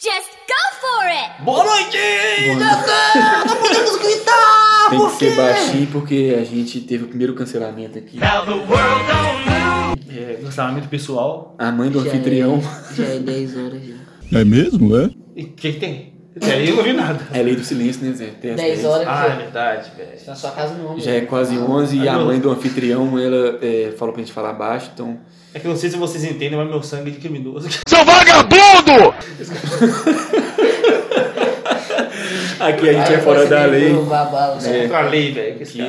Just go for it! Boa noite! Boa Jatan! Não podemos Tem gritar! que por ser quê? baixinho porque a gente teve o primeiro cancelamento aqui. É, cancelamento pessoal. A mãe do Já é- anfitrião Já é 10 horas já. É mesmo, é? E o que, que tem? Até aí eu não vi nada. é lei do silêncio, né, Zé? Tem as 10 leis. horas Ah, é já. verdade, velho. Na sua casa não. né? Já é quase 11 e a mãe do anfitrião, ela é, falou pra gente falar baixo, então... É que eu não sei se vocês entendem, mas meu sangue é de criminoso. Aqui a gente é fora da lei. né? É. Contra a lei, velho. Que esse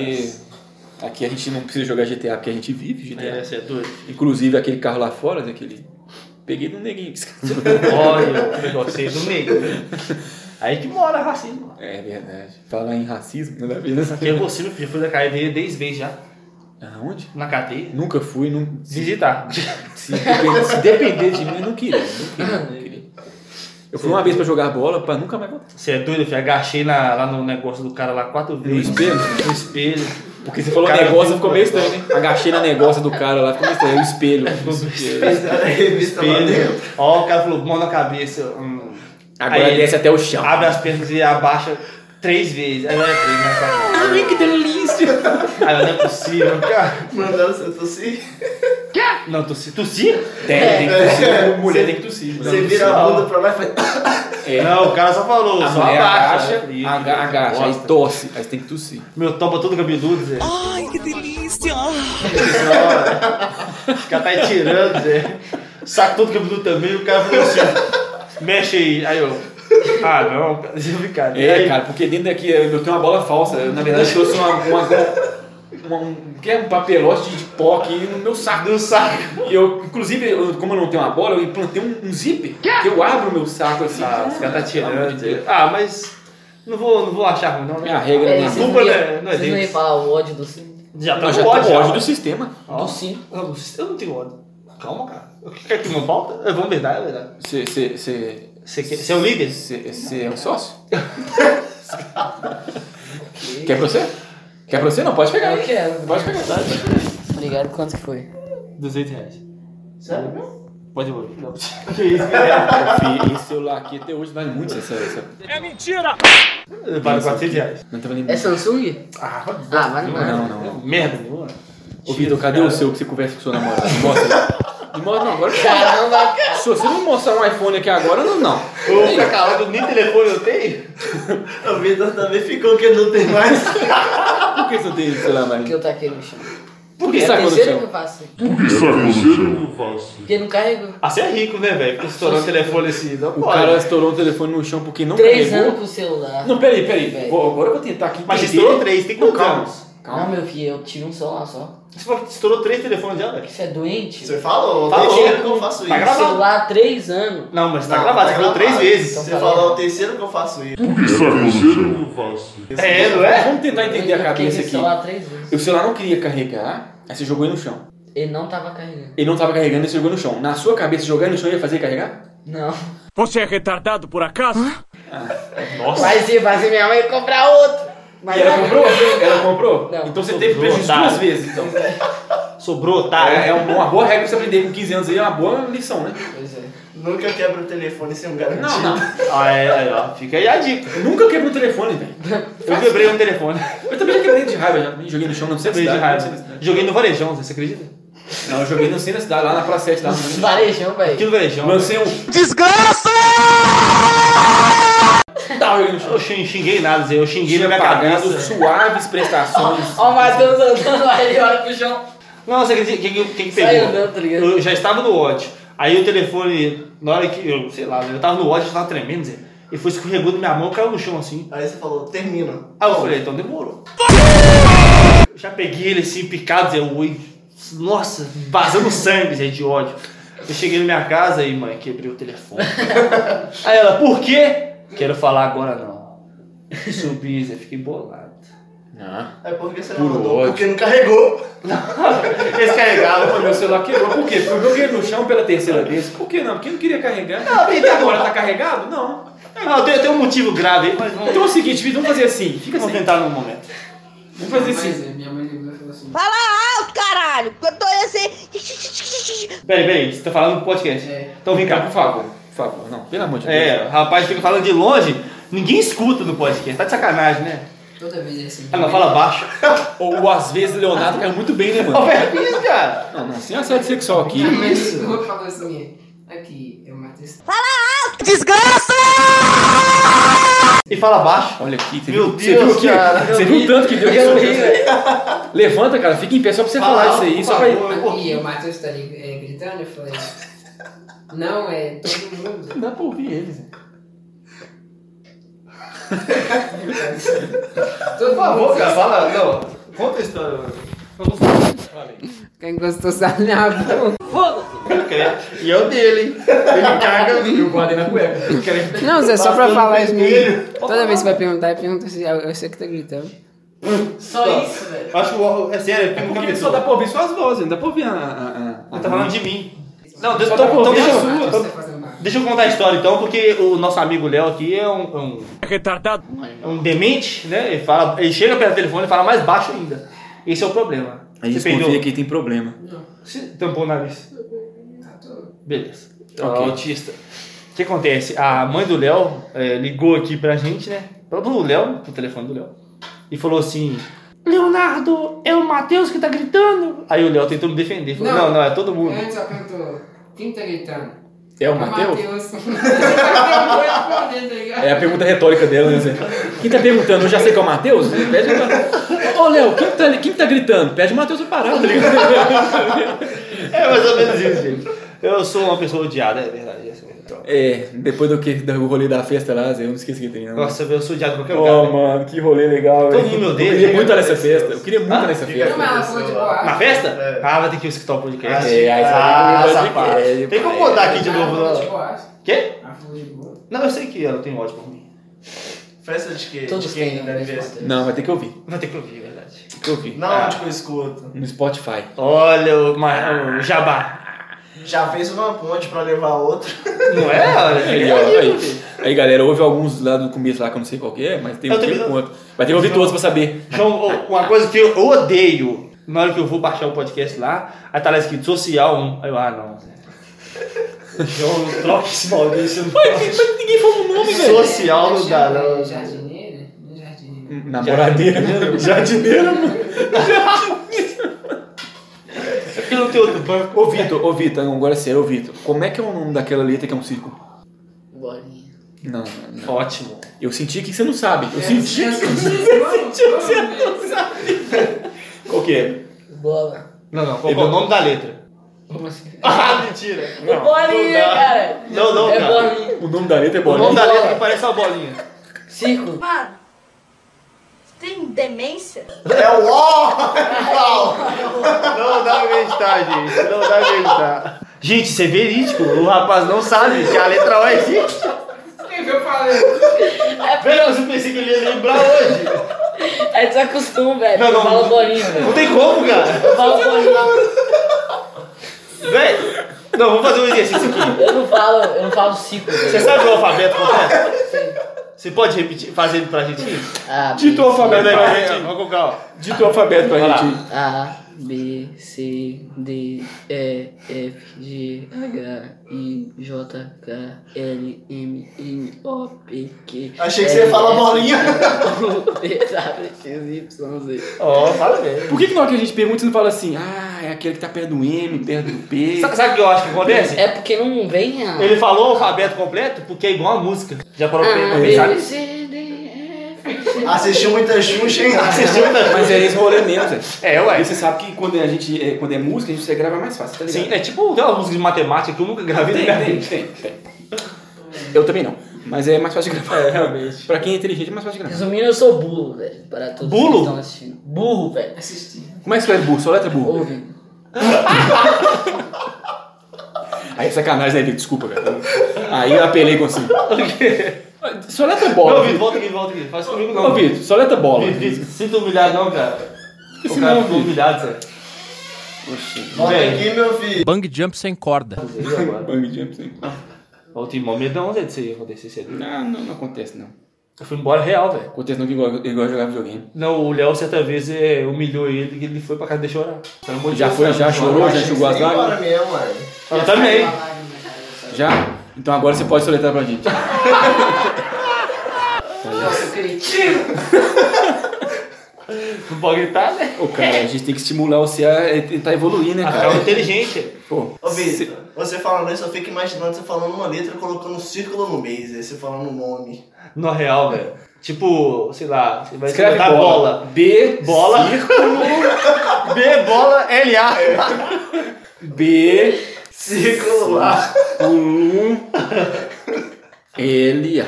Aqui, aqui a gente não precisa jogar GTA, porque a gente vive cara. É, GTA. você é doido. Inclusive aquele carro lá fora, Zé, aquele... Peguei de um neguinho. que escapou. Olha, o negócio aí do meio. né? Aí que mora racismo. É verdade. Falar em racismo, não dá vida. Aqui é você, meu filho. Fui na cadeia 10 vezes já. Aonde? Na cadeia. Nunca fui, não... Se, Visitar. se depender, se depender de mim, eu não queria. Não queria, não queria. Eu fui uma vez pra jogar bola, pra nunca mais voltar. Você é doido, filho. Agachei na- lá no negócio do cara lá quatro No vezes. espelho? No espelho. Porque você falou Cara, negócio, eu- ficou meio estranho, né? Agachei na negócio do cara lá, ficou meio estranho. é O espelho. espelho. Ó, o cara falou, mão na cabeça. hum. Agora Aí, desce até o chão. Abre as pernas e abaixa três vezes. Aí não é três, mas quatro. Ai, que delícia! Aí não é possível, cara. Mandaram você tossir. Não, tossir. Tossir? Tem, tem que tossir. Mulher tem que tossir. É, Você vira a bunda pra lá e faz. É. Não, o cara só falou, A só mulher abaixa. agacha, aga- agacha, aí tosse. Aí você tem que tossir. Meu toba todo cabeludo, Zé. Ai, que delícia! o cara tá aí tirando, Zé. Saca todo cabeludo também, o cara falou assim, mexe aí. Aí eu, ah não, cara, isso é brincadeira. É, Aí, cara, porque dentro daqui eu eu tenho uma bola falsa. Eu, na verdade, eu trouxe uma. uma, uma- um, que é um papelote de, de pó aqui no meu saco. Do saco. E eu, inclusive, eu- como eu não tenho uma bola, eu implantei um, um zíper. Que eu abro o meu saco assim. Ah, os caras tá pelo amor tirando, de Zé. Deus. Ah, mas não vou, não vou achar ruim não, Minha né? regra É, é, vocês não não Culpa, né? iam- Não é vocês não deles. iam falar o ódio do sim? Já tá Nós Então, já com temos ódio. ódio do já. sistema. Ó, Do sim. Eu não- eu não tenho ódio. Calma, cara. O que é que não falta? É, Vamos verdade, é verdade. Você- Você você- Você quer- você é o líder? você- você é um sócio? Quer pra você? Quer pra você? Não, pode pegar. É Eu aí. quero. Pode pegar. Obrigado, quanto que foi? 200 reais. Sério? Pode devolver. Não. Que isso, galera? Esse, esse celular aqui até hoje vale muito essa. essa... Vale 400 reais. Não tá valendo É muito. Samsung? Ah, Ah, vale é nada. Não, não. É merda nenhuma. Ô Vitor, cadê o seu que você conversa com sua namorada? Me mostra. Me mostra, não, agora Caramba, cara. Se você não mostrar um iPhone aqui agora, não, não. Ô, Cacau, nem telefone eu tenho? O Vitor também ficou que não tem mais. Por que você não tem isso lá, Que Marinho? eu taquei no chão. Por que tá é a sacou no terceira que chão? eu faço. Isso é Porque não carregou. Ah, você é rico, né, velho? Porque estourou o telefone assim. Não O pode. cara estourou o telefone no chão porque não Três anos carregou. com o celular. Não, peraí, peraí. Velho. Pô, agora eu vou tentar aqui. Mas entender. estourou três, tem que Não, calma. Calma. Não, meu filho, eu tive um celular só. Você falou que estourou três telefones já, velho? Você é doente? Você falou, é Falou. o terceiro que eu faço Tá isso. gravado. Celular há três anos. Não, mas tá Não, gravado, você falou três gravado. vezes. Então- Você falou, é o terceiro que eu faço isso. É, não é? Vamos tentar entender a eu fiquei cabeça sem aqui. celular três vezes. O celular não queria carregar, aí você jogou ele no chão. Ele não tava carregando. Ele não tava carregando e você jogou no chão. Na sua cabeça, jogar no chão ia fazer ele carregar? Não. Você é retardado por acaso? Nossa. Mas se fazer minha mãe comprar outro. Mas E ela comprou? Ela comprou? Não. Então você teve prejuízo Otário. duas vezes. Então. Sobrou, tá? É, é uma boa regra pra você aprender com 15 anos aí, é uma boa lição, né? Pois é. Nunca quebra o telefone sem um garantido. Não, não. Ah, é, é, ó. Fica aí a dica. Eu nunca quebrei um telefone, velho. Eu quebrei um telefone. Eu também já quebrei de raiva, já joguei no chão, não sei na Quebrei de cidade. raiva. não sei na cidade. Joguei no varejão, você acredita? Não, eu joguei no centro da cidade, lá na Praça 7, lá no Varejão, Aqui velho. no varejão. Lancei um. Desgraça! Tá, eu joguei no chão. Eu xing- xinguei nada, Zé. Eu xinguei na Tinha minha pagado cabeça. suaves prestações. Ó, o Matheus andando lá, ele olha pro chão. Não, você acredita que que, que, que Sai pegou? andando, tá ligado? Eu já estava no ódio. Aí o telefone, na hora que eu, sei lá, eu tava no ódio, eu tava tremendo, Zé. E foi escorregando minha mão, caiu no chão assim. Aí você falou, termina. Aí eu falei, então demorou. Eu Já peguei ele assim, picado, Zé. Ui, nossa, vazando sangue, Zé, de ódio. Eu cheguei na minha casa e, mãe, quebrei o telefone. Aí ela, por quê? Quero falar agora não. Subi, Zé, fiquei bolado. Não. É porque você não Puro mandou, ódio. porque não carregou. Eles carregaram. Pô, meu celular quebrou. Por quê? Porque eu joguei no chão pela terceira vez. Por que não? Porque eu não queria carregar. Não, e agora? Tá carregado? Não. Não, tem, tem um motivo grave aí, mas vamos, Então é o seguinte, Vitor, vamos fazer assim. Fica vamos assim. tentar num momento. Vamos fazer assim. minha mãe ligou e falou assim. Fala alto, caralho! Que eu tô assim, ia ser. Peraí, peraí, você tá falando do podcast. É. Então vem cá, Por favor. Por favor, não, pelo amor de Deus. É, o rapaz fica falando de longe, ninguém escuta no podcast. Tá de sacanagem, né? Toda vez é assim. Ah, não, fala baixo. Ou às vezes Leonardo cai muito bem, né, Ô, mano? velho, que isso, cara? Não, não, sem assédio sexual aqui. Não, mas o outro falou assim, aqui, eu matei esse... E fala baixo. Olha aqui, você Meu viu, você viu Deus, que- cara, você viu eu vi. o tanto que deu Eu isso? vi, Levanta, cara, fica em pé só pra você Fala falar isso alto, aí, por só pra favor. Aqui, eu matei esse tá ali, é, gritando, eu falei... Não, é todo mundo. Não dá pra ouvir eles. né? Todo Por favor, mundo. cara, fala. Não, conta a história. mano. Quem gostou sabe na bunda. E é o dele, hein? Ele caga ali. Eu guardei na cueca. Não, Zé, só pra Bastante falar isso mesmo. vermelho. Toda vez que vai perguntar, pergunta se eu eu sei que tá gritando. Não. Só isso, velho. Acho que o- é sério, é porque nunca Porque só dá pra ouvir suas vozes, não dá pra ouvir a. a, a, Ele tá falando de mim. Não, Só deixa, dá então, pra então ouvir deixa, a eu- Matheus então tá fazendo barulho. deixa eu contar a história então, porque o nosso amigo Léo aqui é um, é um- Retardado. é um demente, né? Ele, fala, ele chega pelo telefone e fala mais baixo ainda. Esse é o problema. A gente Você peidou? desconfia que tem problema. Você tampou o nariz. Tá todo- Beleza. Então, Ok. autista. O que acontece? A mãe do Léo é, ligou aqui pra gente, né? Pro Léo, pro telefone do Léo. E falou assim: Leonardo, é o Matheus que tá gritando. Aí o Léo tentou me defender. Falou, não. Não. não, é todo mundo. Antes ela perguntou, quem tá gritando? É o Matheus? Matheus. Eu vou responder, tá ligado? É a pergunta retórica dela, né? Zé? Quem tá perguntando, eu já sei que é o Matheus? Pede o Matheus. Ô, Léo, quem tá, quem tá gritando? Pede o Matheus pra parar, tá ligado? É mais ou menos isso, gente. Eu sou uma pessoa odiada, é verdade. é verdade. É, depois do que do rolê da festa lá, Zé, eu não esqueci que tem, não. Nossa, eu sou odiado em qualquer lugar. Ô, né? mano, que rolê legal, Todo velho. mundo me odeia, Eu queria né? muito estar nessa festa. Eu queria muito Ah, estar nessa fica festa. Não, mas ela falou de boa. Na festa? É. Ah, vai ter que escutar o podcast. É, aí você ah, vai- safado. é, Tem como é. botar tá aqui de novo, Ela falou de não? boa. Quê? Ela falou de boa. Não, eu sei que ela tem ódio por mim. Festa de quê? Todos de quem? têm, Da né? universidade. Não, vai ter que ouvir. Vai ter que ouvir, é verdade. Tem que ouvir. Não, Ah. onde que eu escuto? No Spotify. Olha o, ma- o jabá. Já fez uma ponte pra levar outra. Não é? Olha, Aí, ó, aí. Aí, galera, houve alguns lá do começo lá que eu não sei qual que é, mas tem Eu um também tempo não- quanto. Vai ter que ouvir todos pra saber. João, ó, Então, uma coisa que eu odeio, na hora que eu vou baixar o podcast lá, aí tá lá escrito social 1. Aí eu, ah, não. Zé. João, troca esse Maurício. Mas ninguém falou o nome, Social não dá, não. Zé. Jardineira? Hum. Não é jardineira. Namoradeira. Jardineira, mano. É porque não tem outro banco. Ô, Vitor, ô, Vitor, não, agora é sério, ô, Vitor. Como é que é o nome daquela letra que é um círculo? Bolinha. Não, não, não. Ótimo. Eu senti que você não sabe. Eu senti. Eu senti o seu Qual que é? Bola. Não, não, qual, qual é o nome da letra? Como assim? Ah, mentira. É bolinha, não dá. cara. Não, não, é cara. bolinha. O nome da letra é O nome bolinha. da letra que parece uma bolinha. Círculo. Mano, você tem demência? É o ó! Não dá pra acreditar, gente. Não dá pra acreditar. Gente, isso é verídico. O rapaz não sabe que a letra O é existe. Eu falei. Velho, eu pensei que ele ia lembrar hoje. É desacostuma, velho. Não, Não, não. Fala bolinha, velho. Não tem como, cara. Eu falo bolinha. Velho. Não, vamos fazer um exercício aqui. Eu não falo, eu não falo ciclo, Você velho. sabe o alfabeto completo? Você pode repetir, fazer ele pra gente? A, B, Dito o alfabeto aí pra gente. Vamos colocar, ó. Dito o alfabeto pra Vai lá. gente. A, B, C, D, E, F, G, H, I, J, K, L, M, N, O, P, Q. Achei que você ia falar bolinha. U, V, W, X, Y, Z. Ó, fala bem. Por que, que na hora que a gente pergunta, você não fala assim, ah, é aquele que tá perto do M, perto do P? Sabe, sabe o que eu acho que acontece? É porque não vem a. Ele falou o alfabeto completo porque é igual a música. Já parou pra A, pensar B, nisso? C, D, F. Assistiu muita Xuxa, hein? Assistiu muita Mas é esse rolê mesmo, Zé. É, ué. E você sabe que quando, a gente, é, quando é música, a gente você grava mais fácil, tá ligado? Sim, é tipo tem uma música de matemática que eu nunca gravei. Tem, na minha tem, vida. tem, tem. Eu também não. Mas é mais fácil de gravar. É, realmente. Pra quem é inteligente, é mais fácil de gravar. Resumindo, eu sou burro, velho. Para todos Bulo? que estão assistindo. Burro, velho. Assisti. Como é que você é burro? Só letra burro. Ouve. Aí é sacanagem, né, Vitor? Desculpa, cara. Aí eu apelei com assim. Só letra bola. Não, Vitor. Vitor, volta aqui, volta aqui. Faz comigo Ô, não. Vitor, só letra bola. Vitor, Vitor, sinto humilhado não, cara. O Esse cara não, ficou Vitor. humilhado, sério. Volta aqui, meu filho. Bang jump sem corda. Bang jump, sim. Ó, O Timão medão, Zé, disso aí acontecer cedo. Ah, Não, não, não acontece, não. Eu fui embora real, velho. Acontece não que igual, igual jogar videogame. Não, o Léo certa vez é, humilhou ele que ele foi pra casa de chorar. Pelo amor de Já Deus, foi, cara. já chorou, já Achei que enxugou você as ia embora lágrimas. mesmo, mano. Eu também. Já? Então agora você pode soletrar pra gente. Nossa, eu critico. Não pode gritar, né? Ô, cara, a gente tem que estimular você a tentar evoluir, né, A cara? cara é inteligente. Pô, Ô, Vitor, você falando isso, eu fico imaginando você falando uma letra e colocando um círculo no mês, aí você falando um nome. No real, velho. Tipo, sei lá, você vai escreve botar bola. B, Bola. círculo, B, bola, LA. B, Círculo lá. um, L, A.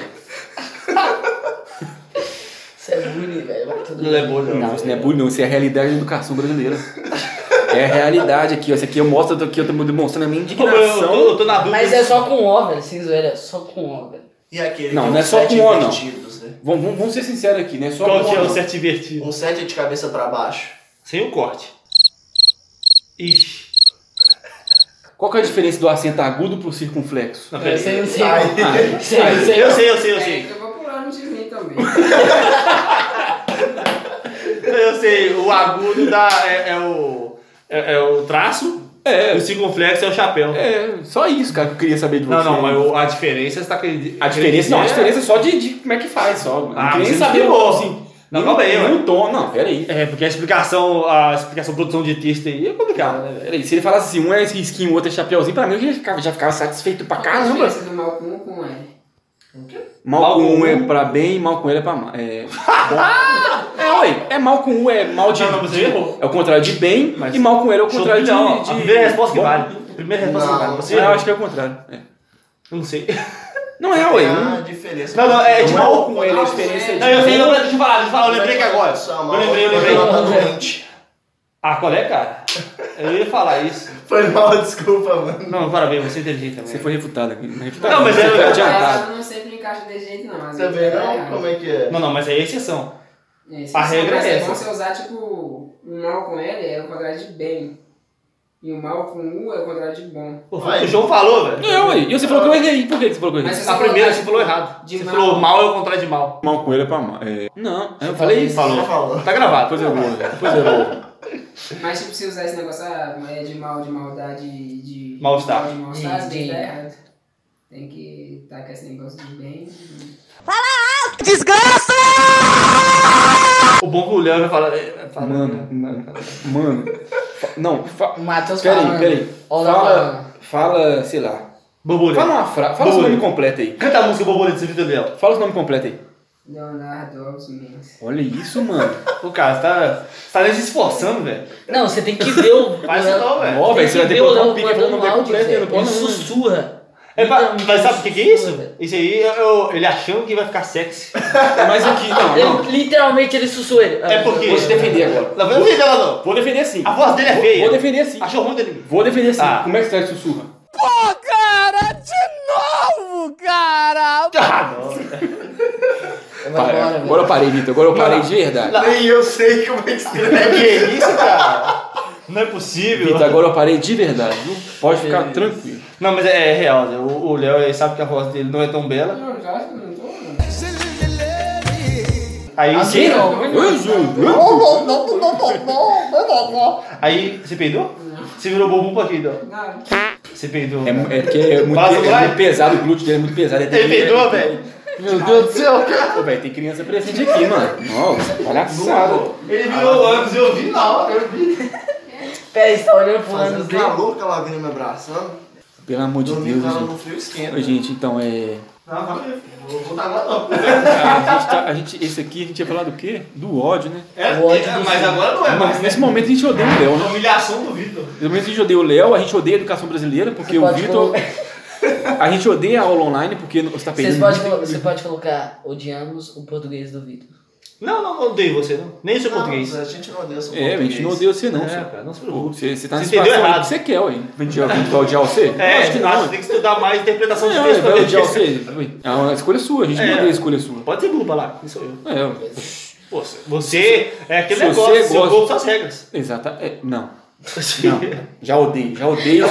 Isso é bullying, velho. Vai tudo Não é bom, não. Não, isso não é bullying, não. Isso é a realidade da educação brasileira. É a realidade aqui, ó. Isso aqui eu mostro, eu tô aqui, eu tô demonstrando a minha Pô, eu, tô, eu indignação. tô na dúvida. Mas é só com O, velho. Sem zoeira, é só com O, velho. E aquele Não, que não é uns só sete com O, não. invertidos, né? Vamos, vamos- vamos ser sinceros aqui, né? Só Qual com- que é o certo invertido? Um sete de cabeça pra baixo. Sem o corte. Ixi. Qual que é a diferença do acento agudo pro circunflexo? Não, Eu tá peraí. Ah, sei, eu sei. Ai. Sei, eu sei. Eu sei, eu sei, eu É, sei. eu vou pular no de mim também. Eu sei, o agudo da, é, é o. É, é o traço. É. O circunflexo é o chapéu. É, só isso, cara, que eu queria saber de você. Não, não, mas o- a diferença você tá querendo. A diferença, não, a diferença é só de, de como é que faz, só. Ah, não mas nem você saber explicou. assim. Não, nem- calma aí, nem ué. o tom, não, peraí. É, porque a explicação, a explicação produção de texto aí é complicada, né, velho? Peraí, se ele falasse assim, um é esse risquinho, o outro é chapeuzinho, pra mim eu já ficava, já ficava satisfeito pra Qual a caramba. diferença do mal com um com um L? Mal, com um é pra bem, mal com ele é pra mal. É, Bom. é ué, é mal com um é mal de... Não, não, você errou. é o contrário de bem, Mas- e mal com ele é o Show contrário de... não, de... A primeira resposta que bom. vale. Primeira resposta que vale. Não. Você Ah, eu errou. acho que é o contrário. é. Eu não sei. Não é, Tem ué. a não- tipo um diferença. Não, não, é de mal com ele, a diferença é Não, eu sei, não, deixa eu falar, deixa eu falar, Ah, eu lembrei que agora. Só, Eu mal lembrei, eu quando lembrei. Ela tá doente. Ah, qual é, cara? Eu ia falar isso. Foi mal, desculpa, mano. Não, parabéns, você é inteligente também. Você foi refutado aqui. refutado. Não, mas Você é- foi é- adiantado. Ela não sempre encaixa desse jeito, não. Às Você vezes vê ela não? erra. Como é que é? Não, não, mas aí é exceção. É, A regra mas é bom essa. você usar, tipo, o mal com L é o quadrado de bem. E o mal com U é o quadrado de bom. Pô, Ué. o João falou, velho. É, ué. E você falou que eu errei. Por que você falou que eu errei? Mas se A primeira você colocar, tipo, falou errado. de Você mal- falou mal é o contrário de mal. Mal com ele é pra mal. é. Não, eu não falei isso. Você falou. Tá gravado. Depois eu vou, velho. depois eu vou. Mas, tipo, se usar esse negócio ah, é de mal, de maldade, de... Mal-estar. mal, De mal-estar, De- às vezes de- tá errado. Tem que tacar esse negócio de bem. O bom que o Léo vai falar. é, fala- Mano, mano, mano. Fa- Não, fa... O Matheus peraí, falando. peraí. Ó, lá Fala, falando. fala, sei lá. Borboleta. Fala uma frase, fala o seu nome completo aí. Canta a música Borboleta, você viu do Léo? Fala o seu nome completo aí. Leonardo Alves Mendes. Olha isso, mano. O cara, você tá, você tá nem se esforçando, velho. Não, você tem que ver o. Faz o- isso não, velho. Ó, velho, você vai ter que que ver o botar Léo um pique pra mandando não ter áudio, completo. velho. Não pode Ele um não. sussurra. É, pra- Literalmente mas sabe o que, que é isso? sussurra, velho. Isso aí, eu- eu- ele achando que vai ficar sexy. Mas aqui, não, não. Ele- Literalmente ele sussurra. ele. É porque- Vou te defender agora. Não, mas eu não sei dela, não. Vou defender sim. A voz dele é Vou- feia. Vou defender sim. Achou ruim dele. Vou defender sim. Ah. Como é que você sussurra? Tá Ah, não. Vai Para. embora, velho. Agora eu parei, Vitor. Agora eu parei de verdade. Nem eu sei como é que escreve. que isso, cara? Não é possível. Vitor, agora eu parei de verdade, viu? Pode ficar tranquilo. Não, mas é, é real. né? O o Léo ele sabe que a voz dele não é tão bela. Não, já acho que não tô, mano. Aí, Ah, Assim você, não, velho. aí você peidou? Você virou bobo pra aqui, então. Não, Você peidou. É, cara. é porque é muito, Fala, é muito vai. pesado, o glúteo dele é muito pesado. Ele peidou, velho? Meu Deus do céu, cara. Pô, velho, tem criança presente aqui, mano. Nossa, palhaçada. Ele Ah, virou o ânus e eu vi na hora. eu vi. Peraí, você tá olhando pro lado Fazendo dele. calor, Calavina me abraçando. Pelo amor de Dormindo Deus, ela gente. no frio esquenta. né? Ô, Gente, então é. Não, calma aí, filho. Vou voltar agora não. A gente, tá- a gente- esse aqui a gente ia falar do quê? Do ódio, né? É, O ódio é, do mas filho. agora não é mais. Mas nesse momento a gente odeia o Léo, né? Humilhação do Vitor. Pelo menos a gente odeia o Léo, a gente odeia a educação brasileira, porque Você o pode Vitor. colocar- A gente odeia a aula online porque você tá Vocês perdendo. pode, muito colo- tempo. você pode colocar odiamos o português do Vitor. Não, não, não odeio você, não. Nem seu português. Não, a gente não odeia seu É, a gente não odeia você não, É, senhor. cara, não se Pô, preocupe. Você, você Você tá na entendeu situação aí errado. que você quer, ué. A gente vai- a gente vai odiar você? É, Eu acho que não. acho que tem que estudar mais interpretação de Não, é, texto. vai né? odiar você. ué. É uma escolha sua, a gente É. não odeia a escolha sua. Pode ser burro, lá, isso eu. É, ué. Pô, você é aquele se negócio, você seu gosta- corpo, suas regras. exata. é, não. Não. Já odeio, já odeio.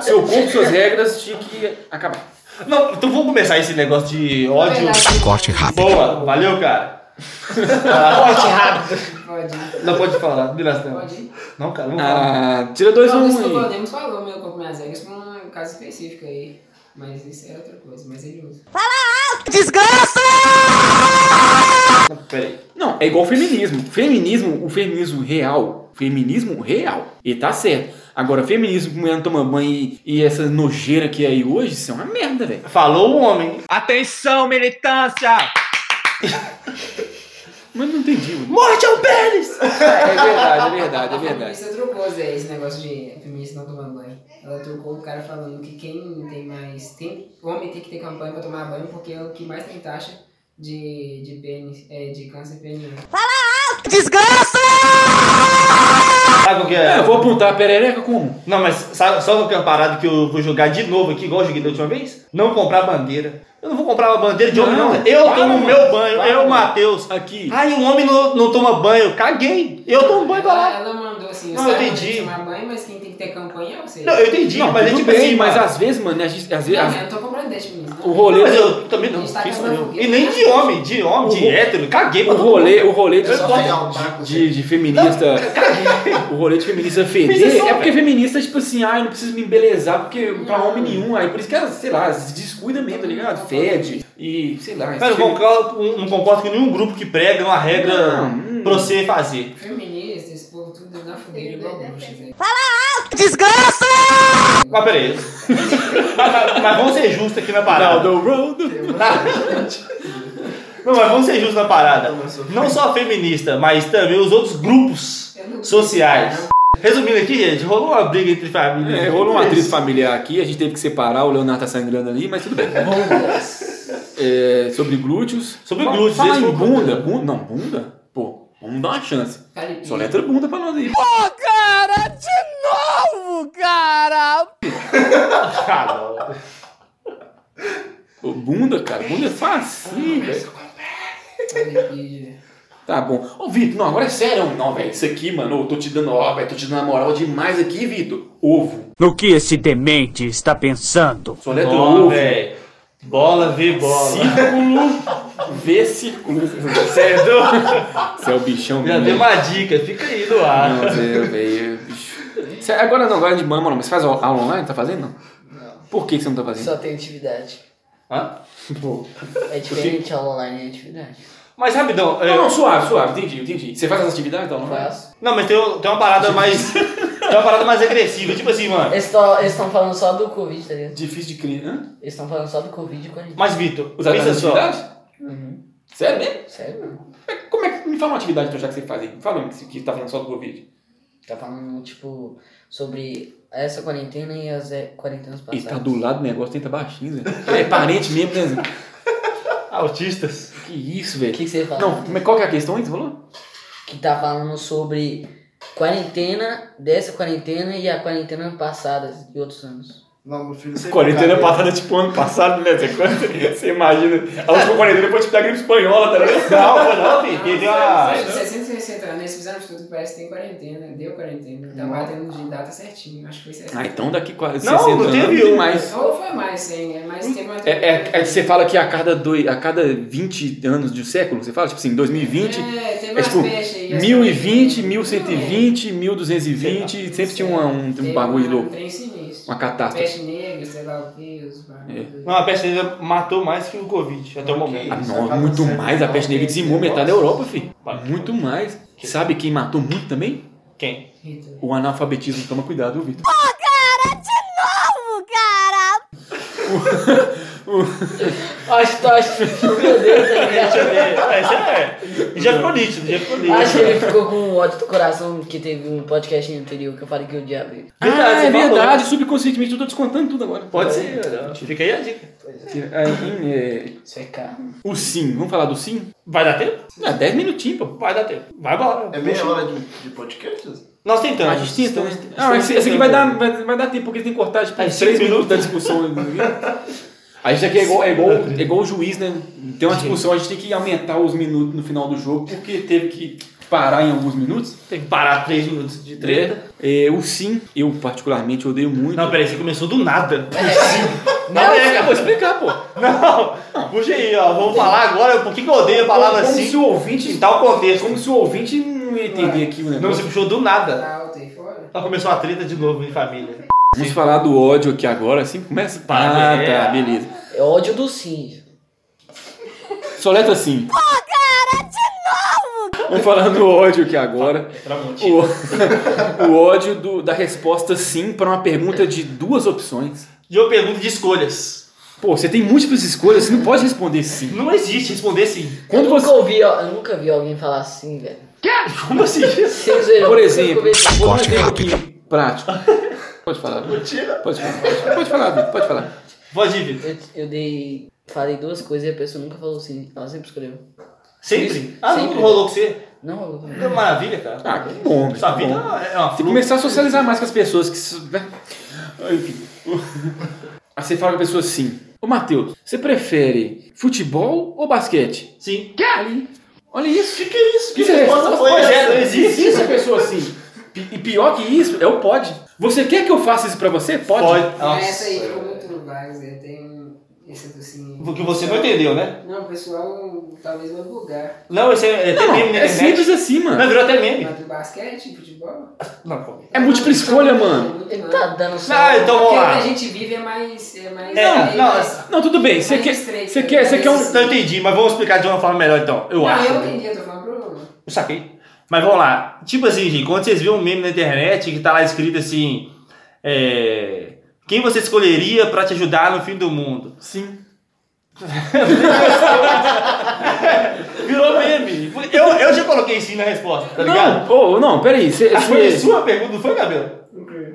Seu, seu corpo, suas regras tinha que acabar. Não, então vamos começar esse negócio de é ódio. verdade, Corte rápido. Boa, valeu, cara. Corte rápido. pode ir. Não pode falar, Milas, não. Pode ir. Não, cara, não fala. Ah, tira dois Não, um isso que o aí. Podemos falou, meu corpo, minhas regras, pra um caso específico aí. Mas isso é outra coisa, mas ele usa. Peraí. Não, é igual feminismo. Feminismo, o feminismo real. Feminismo real. E tá certo. Agora, feminismo que mulher não toma banho e, e essa nojeira que é aí hoje, isso é uma merda, velho. Falou o homem. Atenção, militância! Mas não entendi, mano. Morte ao pênis! É verdade, é verdade, é A verdade. feminista trocou, Zé, é esse negócio de feminista não tomar banho. Ela trocou o cara falando que quem tem mais. Tem, homem tem que ter campanha pra tomar banho porque é o que mais tem taxa de, de, pênis, é, de câncer peniano. Tá Sabe qual que É, é? eu vou apontar a perereca como? Não, mas sabe, sabe qual que é a parada que eu vou jogar de novo aqui, igual eu joguei da última vez? Não comprar bandeira. Eu não vou comprar uma bandeira de homem, Não, não. Eu para, tomo mano. o meu banho, Para, eu, mano. Matheus. Aqui. Ai, um homem não, não toma banho. Caguei. Eu tomo banho pra Ela, então lá. ela mandou assim: Não, os caras eu não tem que entendi. tomar banho, mas quem tem que ter campanha é você. Não, eu entendi, Não, mas mas é tudo tipo bem, assim, mas mano. às vezes, mano, né, a gente, às vezes, Não, às- eu não tô comprando desse feminista. o não. rolê, Mas eu também não A gente tá fiz, casando não. com E nem de homem, de homem, de O- hétero. Caguei pra o todo rolê, mundo. o rolê de, Eu só pegar o taco. de, de feminista, o rolê de feminista Mas é feder só, é porque feminista, tipo assim, ai, não preciso me embelezar porque pra homem nenhum, aí por isso que ela, sei lá, se descuida mesmo, tá ligado? Fede e, sei lá. Cara, eu esse- concordo, um, não concordo com nenhum grupo que prega uma regra Não, hum. pra você fazer. Feminista, esse povo tudo na fogueira igual bruxa, né? Zé. Mas peraí. mas, mas vamos ser justos aqui na parada. Down the road. Não, mas vamos ser justos na parada. Mas eu- Não só a feminista, mas também os outros grupos Eu não- sociais. Resumindo aqui, gente, rolou uma briga entre família. É, rolou uma atriz familiar aqui, a gente teve que separar, o Leonardo tá sangrando ali, mas tudo bem. Tá É, sobre glúteos. Sobre Fala- glúteos, Fala esse em foi o bunda, bunda. Não, bunda? Pô, vamos dar uma chance. Calipinha. Só letra bunda pra nós aí. Ah, não. Ô, Bunda, cara, bunda é Ah, facinho, velho. Calipinha. Tá bom. Ô, Vitor, não, agora é sério. Não, velho, isso aqui, mano, eu tô te dando, ó, velho, tô te dando a moral demais aqui, Vitor. Ovo. No que esse demente está pensando? Só letra Bola, ovo. velho. Bola, vê bola. Círculo. V círculo. Você Cê é doido? é o bichão, Já mesmo. deu uma dica, fica aí no ar. Não, Zé, velho, é bicho. Cê- Agora não, agora é de mama não, mas você faz aula online, tá fazendo? Não. Por que, que você não tá fazendo? Só tem atividade. Hã? É diferente aula online e atividade. Mas rapidão, é- eu- Não, não, suave, suave, entendi, entendi. Você faz as atividades então? Não Faço. Não, mas tem, tem uma parada mais. tem uma parada mais agressiva, tipo assim, mano. Eles estão falando só do Covid, tá ligado? Difícil de crer, né? Eles estão falando só do Covid quando. Mas, Vitor, Usar pensa as só. atividades? Uhum. Sério mesmo? Sério? Como é que. Me fala uma atividade então já que você faz aí. Me fala uma que, você- que tá falando só do Covid. Tá falando, tipo, sobre essa quarentena e as é, quarentenas passadas. Ele tá do lado do negócio, tenta baixinho, Zé. É parente mesmo, né, Zé? Autistas. Que isso, O velho. que, que você fala? Não, mas qual que é a questão aí que você falou? Que tá falando sobre quarentena, dessa quarentena e a quarentena passada de outros anos. Não, meu filho, você Quarentena cara, passada, tipo, ano passado, né? Zé? Você imagina. A última quarentena foi tipo da gripe espanhola, tá ligado? Não, foi não, Vitor. Tem uma. Zé, 660 anos, nesses anos tudo parece que tem quarentena, né? deu quarentena, tá batendo de data certinho, acho que foi 60. Ah, então daqui quase Não, 60 não anos teve tem um. mais. Ou foi mais 100, é mais tempo. É, é, é, você fala que a cada, dois, a cada 20 anos de século, você fala, tipo assim, 2020, É, teve é umas tipo, peixes aí. as 1020, coisas. 1120, 1220, sempre tinha uma- um, um né? Teve bagulho um louco, trem sinistro. uma catástrofe. Peste negra, sei lá o que, os bagulhos. Não, a peste negra matou mais que o Covid até o momento. Ah, Isso, não, acaba muito sendo mais, a peste negra dizimou negócio. metade da Europa, filho. Vai. Muito mais. Sabe quem matou muito também? Quem? Rita. O analfabetismo, toma cuidado, viu, Vitor. Acho, acho, meu Deus, tá ligado? Deixa eu ver. É, isso é. Já ficou nítido, já ficou nítido. Acho que ele ficou com ódio do coração que teve um podcast anterior que eu falei que eu odiava ele. Ah, Verdade, você é falou. verdade, subconscientemente, eu tô descontando tudo agora. Pode ser, não. fica aí a dica. Aí, é, Isso é carro. O sim, vamos falar do sim? Vai dar tempo? Ah, 10 minutinhos, pô. Vai dar tempo. Vai embora. É meia hora de, de podcast? Nós tentamos. A gente tenta, né? Estamos- Ah, mas estamos esse, esse aqui vai tentando. dar, vai, vai dar tempo, porque tem que cortar tipo, Aí, uns cinco 3 minutos minutos. da discussão. A gente aqui é igual, é, igual, é igual o juiz, né? Tem uma discussão, a gente tem que aumentar os minutos no final do jogo, porque teve que parar em alguns minutos. Tem que parar três minutos de treta. É, o sim, eu particularmente odeio muito. Não, peraí, você começou do nada. Não, é, eu vou explicar, pô. Não, puxa aí, ó. Vamos falar agora por que que eu odeio a palavra como, assim se o ouvinte, em tal contexto. É como se o ouvinte não ia entender aqui o Não, negócio. você puxou do nada. Tá alto aí fora? Ela começou a treta de novo em família. Vamos falar do ódio aqui agora, assim? Começa? Tá, ah, é. tá, beleza. É ódio do sim. Soleta assim. Pô, cara, de novo! Vamos falar do ódio aqui agora. Tramontina. O, o ódio do- da resposta sim para uma pergunta de duas opções. E eu pergunto de escolhas. Pô, você tem múltiplas escolhas, você não pode responder sim. Não existe responder sim. Quando eu, nunca você. ouvi, ó, eu nunca vi alguém falar assim, velho. Como assim? Sem zoeira, Por eu nunca exemplo, conversei. vou dar um exemplo aqui prático. Pode falar. Vitor. Pode falar. Pode falar, Vitor, pode falar. Pode ir, Vitor. Eu, eu dei. Falei duas coisas e a pessoa nunca falou sim. Ela sempre escolheu. Sempre. Isso, Ah, sempre. nunca rolou com você? Não, eu- Que maravilha, cara. Ah, que bom. que Sua vida bom. é uma Tem que fruta. começar a socializar mais com as pessoas que. s- né? Enfim. Aí você fala com a pessoa assim. Ô Matheus, você prefere futebol ou basquete? Sim. Aí, olha isso. Que que é isso? Que Isso é resposta foi Pois essa? é, Não existe. a pessoa assim. Pi- E pior que isso, é o pode. Você quer que eu faça isso pra você? Pode. Pode. Não, Nossa. É essa aí ficou muito vaga, eu tenho esse do sim. O que você não entendeu, né? Não, o pessoal talvez vai vulgar. Não, esse é, é até Não, meme na é internet. simples assim, Não, mano. virou até meme. Mas do basquete, futebol? Não, pô. É múltipla escolha, mano. Ele tá dando só. Ah, então Porque vamos o que a lá. gente vive é mais. É mais É, é, não, mais- essa- Não, tudo bem. Você mais quer, estreito, você quer, você quer um. mais- Não entendi, mas vamos explicar de uma forma melhor então. Eu Não, acho. eu entendi, eu tô falando pro. Eu saquei. Mas vamos lá. Tipo assim, gente, quando vocês viram um meme na internet que tá lá escrito assim. é, Quem você escolheria pra te ajudar no fim do mundo? Sim. Virou meme. Eu, eu já coloquei sim na resposta, tá ligado? Ah, Não, ô, não, peraí. Você, Foi você- sua pergunta, não foi, Gabriel?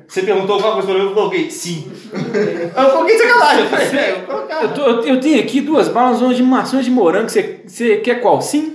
Você perguntou alguma coisa pra mim, eu coloquei sim. eu coloquei sacanagem. Eu falei, "É, eu colocar. eu, tô- eu tenho aqui duas balas, uma de maçã e uma de morango. Você, você quer qual? Sim?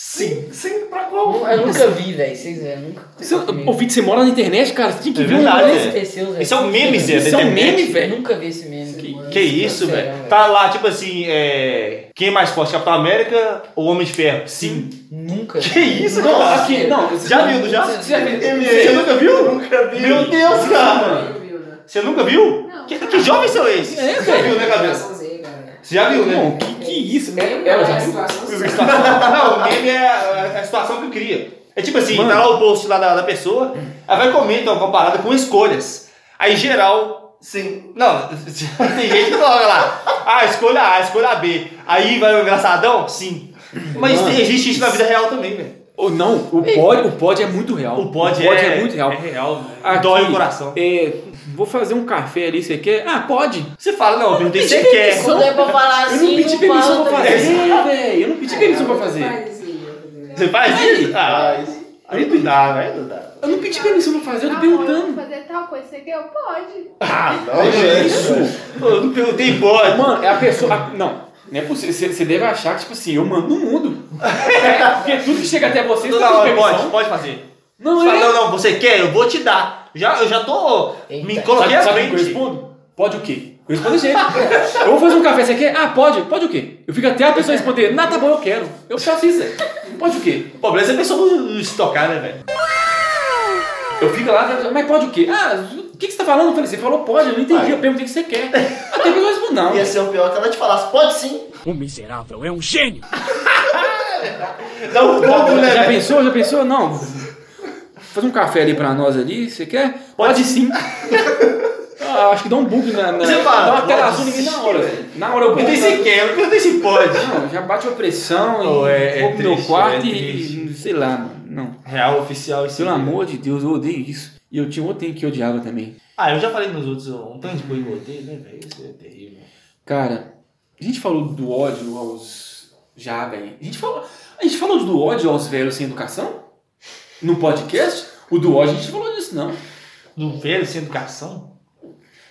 Sim. Sim, pra qual? Eu nunca vi, velho. Vocês velho, nunca. Você, ô, Vitor, você mora na internet, cara. Você tinha que É ver um verdade, negócio é. Esqueceu, velho. Isso é um meme, Zé. Isso é um da internet. meme, velho. Nunca vi esse meme. Que, que isso, Sério, velho? Tá lá, tipo assim, é... quem é mais forte, Capitão América ou Homem de Ferro? Sim. Nunca. Que isso, Não, cara? aqui, não. você- Já viu, já? Você já viu? Você nunca viu? Nunca vi. Meu Deus, cara! Não viu, né? Você nunca viu? Que, que jovens são esses? É, Você já velho. viu, né, cabeça? É, Geração Z, galera. Você já viu, né? Não, que, que isso? Lembra Ela já da viu? situação Z? tá- Não, o meme é a, a situação que cria. É tipo assim, Mano. tá lá o post lá da, da pessoa, ela vai comentar uma comparada com escolhas. Aí, geral, Sim. Não, tem gente que coloca lá. Ah, escolha A, escolha B. Aí vai o engraçadão? Sim. Mas Mano, tem- existe isso na vida real também, velho. Ou não, o pod, o pod é muito real. O pod, é, muito real. É real, velho. Aqui, Dói o coração. é, vou fazer um café ali, você quer? Ah, pode. Você fala, não, eu perguntei se você quer. Quando é pra falar Eu não assim, pedi permissão pra fala, tá fazer, velho. velho. Eu não pedi permissão pra fazer. Faz isso aí, eu vou fazer. Você faz isso? Ah, Mas, aí não dá, velho, não dá. Eu não pedi permissão pra fazer, eu tô Amor, eu vou perguntando. fazer tal coisa, você quer? Eu pode. Ah, não, Olha velho. isso. Pô, Eu não perguntei pode. Mano, é a pessoa. a- não, não é possível. Você- Você deve achar que, tipo assim, eu mando no mundo. É, porque tudo que chega até você, você Toda não hora, pede pode, permissão. pode fazer. Você Não, fala, é. não, não, você quer, eu vou te dar. Já, eu já tô. Me Eita. coloquei Sabe, à sabe o que eu frente. respondo? Pode o quê? Eu respondo desse jeito. eu vou fazer um café, você quer? Ah, pode. Pode o quê? Eu fico até a pessoa responder, não, tá bom, eu quero. Eu faço isso. velho. Pode o quê? O problema é se a pessoa não se tocar, né, velho? Eu fico lá, mas pode o quê? Ah, o que, que você tá falando? Eu falei, você falou pode, eu não entendi, eu perguntei o que você quer. Até que eu respondo, não. Ia ser o pior que ela te falasse, pode sim. O miserável é um gênio. Dá um pouco, né, Já velho? pensou? Já pensou? Não. Fazer um café ali pra nós ali, você quer? Pode sim. Ah, acho que dá um bug na. na Você fala, dá uma tela pode azul em mim na sim, hora. velho. Na hora eu Eu perguntei se bug. quer, eu não perguntei se pode. Não, já bate a pressão e Oh, é- é vou pro meu triste, é quarto e. triste. Sei lá, mano. Não. Real oficial isso. Pelo amor de Deus, eu odeio isso. E eu tinha um outro tempo que eu odiava também. Ah, eu já falei nos outros um tanto de coisa que eu odeio, né, velho? Isso é terrível. Cara, a gente falou do ódio aos. Já, velho. A gente falou. A gente falou do ódio aos velhos sem educação? No podcast? O do ódio a gente falou disso, não. Do velho sem educação?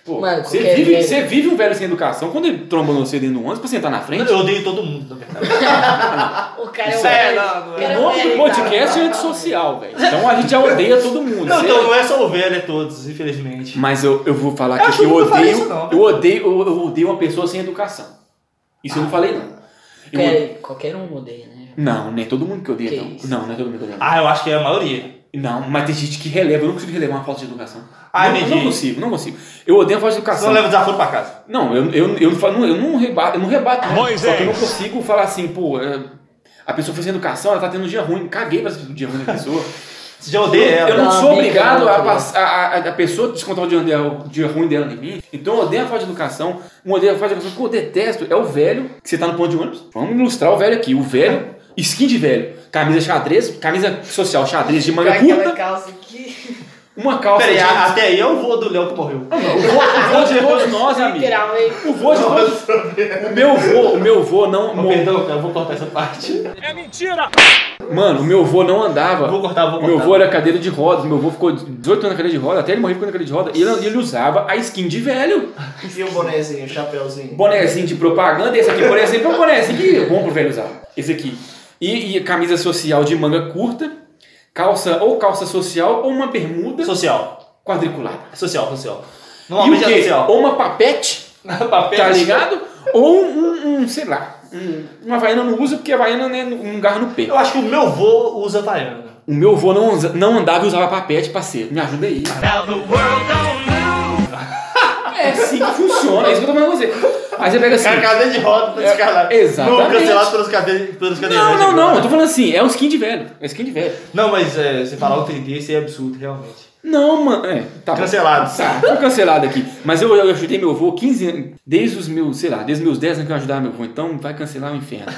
Pô, Mano, você, qualquer vive, velho. você vive um velho sem educação quando ele tromba no cedo dentro do ônibus pra sentar na frente? Eu odeio todo mundo, na verdade. O cara Isso é é, um o não, não é. cara O nome do velho, podcast é cara. antissocial, velho. Então a gente já odeia todo mundo. Não, Você- então não é só o velho, é todos, infelizmente. Mas eu, eu vou falar Eu aqui acho que que eu eu nunca falei odeio, isso, não. eu odeio. Eu eu odeio uma pessoa sem educação. Isso eu não falei, não. Eu odeio- Qualquer, qualquer um odeia, né? Não, nem todo mundo que odeia, Que não. isso? Não, não é todo mundo que odeia. não. Ah, eu acho que é a maioria. Não, mas tem gente que releva. Eu não consigo relevar uma falta de educação. Ah, não, entendi. não consigo, não consigo. Eu odeio a falta de Você não educação. leva o desaforo pra casa. Não, eu, eu, eu, não falo- eu não rebato, eu não rebato. não. Moisés. Só que eu não consigo falar assim, pô, é, a pessoa foi sem educação, ela tá tendo um dia um ruim. Caguei pra esse dia ruim da pessoa. Você já odeia Eu ela. não Não, sou bem obrigado claro, a, tá ligado? passar- a, a, a pessoa descontar o dia, dela- o dia ruim dela em mim. Então eu odeio a falta de educação. Uma odeio a falta de educação que eu detesto é o velho, que você tá no ponto de ônibus. Vamos ilustrar o velho aqui. O velho, skin de velho. Camisa xadrez, camisa social xadrez de manga curta, calça aqui. uma calça Peraí, de... a- até aí é o voo do Léo que morreu. O vô, o vô de todos nós, amigo. Literalmente. O vô de todos... é O meu vô, o meu vô não... Oh, perdão, cara, eu vou cortar essa parte. Mano, o meu vô não andava. Vou cortar, vou O Meu cortar. avô era cadeira de rodas, meu avô ficou 18 anos na cadeira de rodas, até ele morrer ficou na cadeira de rodas, e ele, ele usava a skin de velho. E o bonézinho, o chapéuzinho. Bonézinho de propaganda, esse aqui, por exemplo, é um bonézinho que é bom pro velho usar. Esse aqui. E, e camisa social de manga curta, calça ou calça social ou uma bermuda Social. quadriculada. Social, social. E o Normalmente é quê? social. Ou uma papete, Papel tá ligado? Ou um, um, sei lá, um- uma vaiana não usa porque a vaiana né, não garra no pé. Eu acho que o meu vô usa Havaiana. O meu avô não, usa- não andava e usava papete, parceiro. Me ajuda aí. É assim que funciona, é isso que eu tô falando com você. Aí você pega assim. Cara, cadeira de roda pra descalar. exatamente. Não, cancelado pelos cadeiras. Pelos Não, cadeirantes não, não, eu agora. tô falando assim, é um skin de velho. É skin de velho. Não, mas é, você falar outro dia, isso é absurdo, realmente. Não, mano. É, tá. bom. Cancelado. Tá, foi cancelado aqui. Mas eu, eu ajudei meu avô 15 anos, desde os meus, sei lá, desde os meus 10 anos que eu ajudava meu avô, então vai cancelar o inferno.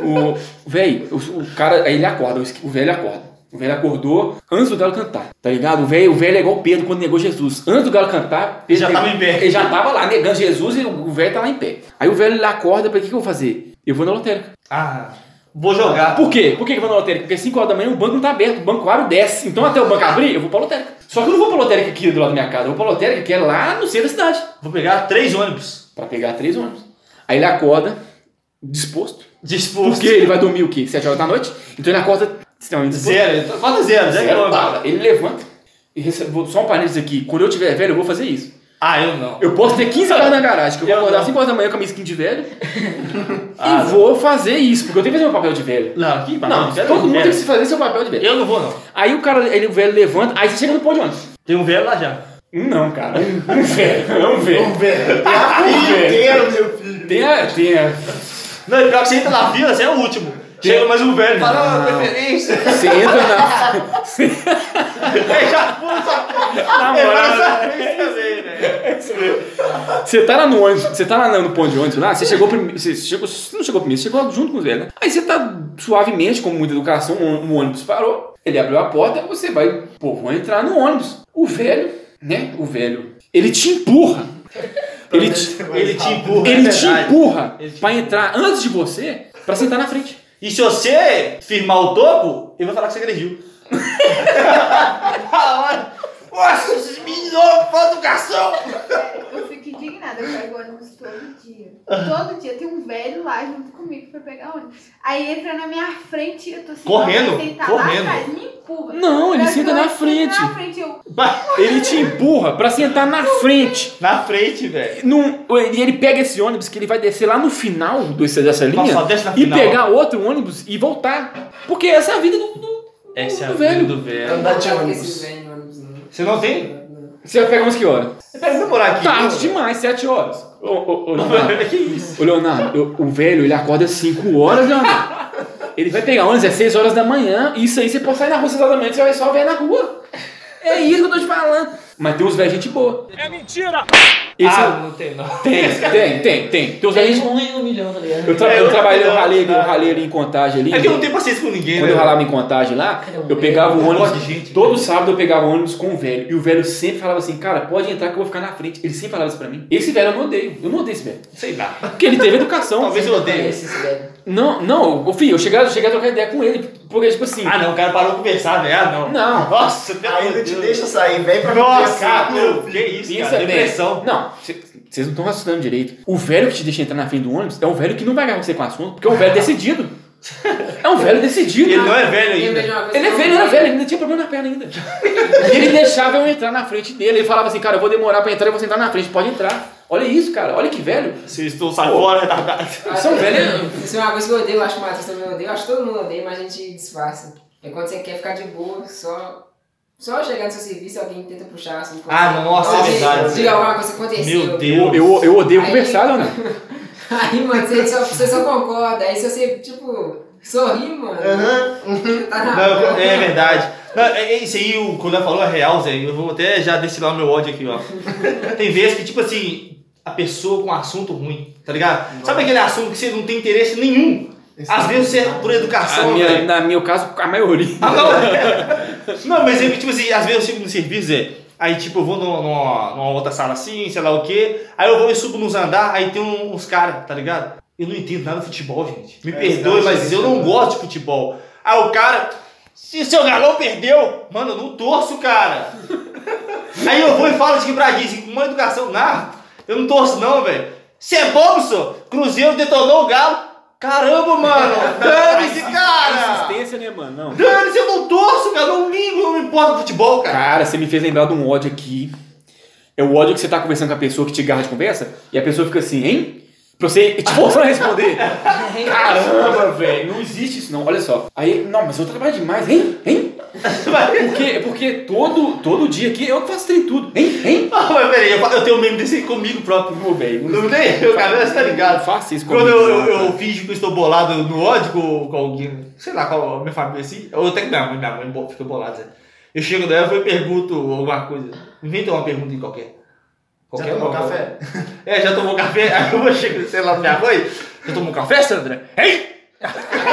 O, véi, o, o cara, aí ele acorda, o, esqui- o velho acorda. O velho acordou antes do galo cantar, tá ligado? O velho, o velho é igual Pedro quando negou Jesus. Antes do galo cantar, Pedro já negou- tava em pé. Ele já tava lá negando Jesus e o o velho tá lá em pé. Aí o velho ele acorda, pra que que eu vou fazer? Eu vou na lotérica. Ah, vou jogar. Por quê? Por que que eu vou na lotérica? Porque 5 horas da manhã o banco não tá aberto, o banco abre e desce. Então até o banco abrir, eu vou pra lotérica. Só que eu não vou pra lotérica aqui do lado da minha casa, eu vou pra lotérica que é lá no centro da cidade. Vou pegar três ônibus. Pra pegar três ônibus. Aí ele acorda, disposto. Disposto. Porque ele vai dormir o quê? 7 horas da noite? Então ele acorda extremamente disposto. Zero. Falta zero, zero Zero quilômetro. bala. Ele levanta. E recebe, vou- só um parênteses aqui. Quando eu tiver velho, eu vou fazer isso. Ah, eu não. Eu posso ter 15 horas na garagem, que eu vou Eu acordar não. 5 horas da manhã com a minha skin de velho. Ah, e vou fazer isso, porque eu tenho que fazer meu papel de velho. Não, que Não, zero todo mundo zero. tem que se fazer seu papel de velho. Eu não vou, não. Aí o cara, ele, o velho levanta, aí você chega no pão de ônibus. Tem um velho lá já. Um não, cara. Um velho, é um velho. Velho, tem a filha inteira, Ah, meu filho. Tem a, tem a... Não, e pior que você entra na fila, você é o último. Chega mais um velho. É Fala a preferência. Você entra na... na É, essa- Você tá lá no ônibus, você tá lá no pão de ônibus lá, você chegou primeiro, você chegou, você não chegou primeiro, você chegou junto com os velhos, né? Aí você tá suavemente, com muita educação, o o ônibus parou, ele abriu a porta, você vai, pô, vou entrar no ônibus. O velho, né, o velho, ele te empurra. Ele te, Ele te empurra. ele é te verdade. empurra Ele te pra entrar antes de você, pra sentar na frente. E se você firmar o topo, ele vai falar que você agrediu. Nossa, esses meninos falta educação! Eu fico indignada, eu pego ônibus todo dia. Todo dia tem um velho lá junto comigo pra pegar ônibus. Aí entra na minha frente eu tô sentada, Correndo, sentar correndo. lá atrás, me empurra. Não, ele Pra que senta eu na sente frente. Na frente eu Ele te empurra pra sentar na frente. Na frente, velho. Num- e ele pega esse ônibus que ele vai descer lá no final do, dessa linha Só desce na e final. pegar outro ônibus e voltar. Porque essa é a vida do. do- Essa é a do vida velho. do velho. Andar de Eu não ônibus. esses velhos né? no ônibus, não. Você não tem? Não. Você vai pegar umas que horas? Pera, vamos morar aqui. Tarde demais, 7 horas. Ô, ô, ô, Leonardo, que isso? Ô, Leonardo, eu- o velho ele acorda 5 horas, Leonardo. Ele vai pegar ônibus às 6 horas da manhã. Isso aí você pode sair na rua 6 horas da manhã, você vai só ver na rua. É isso que eu tô te falando. Mas tem uns velhos gente boa. É mentira! Esse ah, é- não tem, não. Tem, tem, tem, tem. Tem uns velhos gente Tem um em um milhão, tá ligado? Eu, tra É, eu eu trabalhei, eu também, ralei, tá. eu ralei ali em contagem ali. É que eu não tenho paciência com ninguém, Quando eu né? ralava em contagem lá, Cara, um eu velho. pegava o Eu ônibus. gosto de gente. Todo sábado eu pegava o ônibus com o velho. E o velho sempre falava assim, cara, pode entrar que eu vou ficar na frente. Ele sempre falava isso pra mim. Esse velho eu não odeio. Eu não odeio esse velho. Sei lá. Porque ele teve educação. Talvez eu odeie. Esse velho. Não, não, ô, filho, eu chegava, eu chegava a trocar ideia com ele. Porque, tipo assim. Ah, não, o cara parou de conversar, velho. Ah, não. Não. Nossa, pelo amor Ainda de te Deus. deixa sair, vem pra Nossa, conversar, cara, que assim, isso, é Pensa cara. bem. Depressão. é Não, vocês não estão raciocinando direito. O velho que te deixa entrar na frente do ônibus é um velho que não vai agarrar você com o assunto, porque é um velho decidido. É um velho decidido. Ele não é velho ainda. Lembrei de uma coisa Ele é que eu velho, ele era odeio. velho, ele ainda tinha problema na perna ainda. E ele deixava eu entrar na frente dele. Ele falava assim, cara, eu vou demorar pra entrar, eu vou sentar na frente, pode entrar. Olha isso, cara, olha que velho. Se eu estou sai fora, é retardado. São velhos. né? Isso é uma coisa que eu odeio, eu acho que o Matheus também odeia, eu acho que todo mundo odeia, mas a gente disfarça. É quando você quer ficar de boa, só. Só chegar no seu serviço alguém tenta puxar assim. como- Ah, nossa, Ou é verdade. Diga alguma coisa que aconteceu. Meu Eu, Deus. eu, eu odeio Aí- conversar, Leonardo. Aí, mano, você só, você só concorda. Aí se você, tipo, sorri, mano. Aham. Tá na Não, boa. é verdade. Não, é, é isso aí, o que o Léo falou é real, Zé. Eu vou até já destilar meu ódio aqui, ó. Tem vezes que, tipo assim, a pessoa com um assunto ruim, tá ligado? Sabe aquele assunto que você não tem interesse nenhum? Às vezes você, é tá por A educação, minha, velho. na meu caso, a maioria. Ah, não. não, mas é que, tipo assim, às vezes eu chego no serviço, Zé. Aí, tipo, eu vou numa, numa- numa outra sala assim, sei lá o quê. Aí eu vou e subo nos andar, aí tem um- uns caras, tá ligado? Eu não entendo nada de futebol, gente. Me É, perdoe, eu acho mas que- eu não gosto de futebol. Aí o cara, se seu galão perdeu, mano, eu não torço, cara. aí eu vou e falo de quebradinha, com uma educação, nada. Eu não torço, não, velho. Você é bobo, senhor? Cruzeiro detonou o galo. Caramba, mano. Dane-se, cara. Assistência, né, mano? Não. Dane-se, eu não é torço, cara. Não ligo, não me importa do futebol, cara. Cara, você me fez lembrar de um ódio aqui. É o ódio que você tá conversando com a pessoa que te garra de conversa e a pessoa fica assim, hein? Pra você te forçando a responder. Caramba, velho, não existe isso não. Olha só. Aí, não, mas eu trabalho demais, hein? Hein? Porque, porque todo, todo dia aqui eu que faço trem tudo. Hein? Hein? Ah, mas peraí, eu, eu tenho medo desse aí comigo próprio. Ô, velho. Não tem eu, cara, você tá ligado? Faça isso Quando comigo, eu, eu, não, eu finjo que eu estou bolado no ódio com, com alguém, sei lá, com a minha família assim, ou até que minha mãe, minha mãe bo- fica bolada. Zé. Eu chego dela e pergunto alguma coisa. Inventa uma pergunta em qualquer. Já tomou uma, café? É, já tomou café? Aí eu vou chegar, sei lá, minha mãe. Já tomou café, Sandra? Hein? vai fazer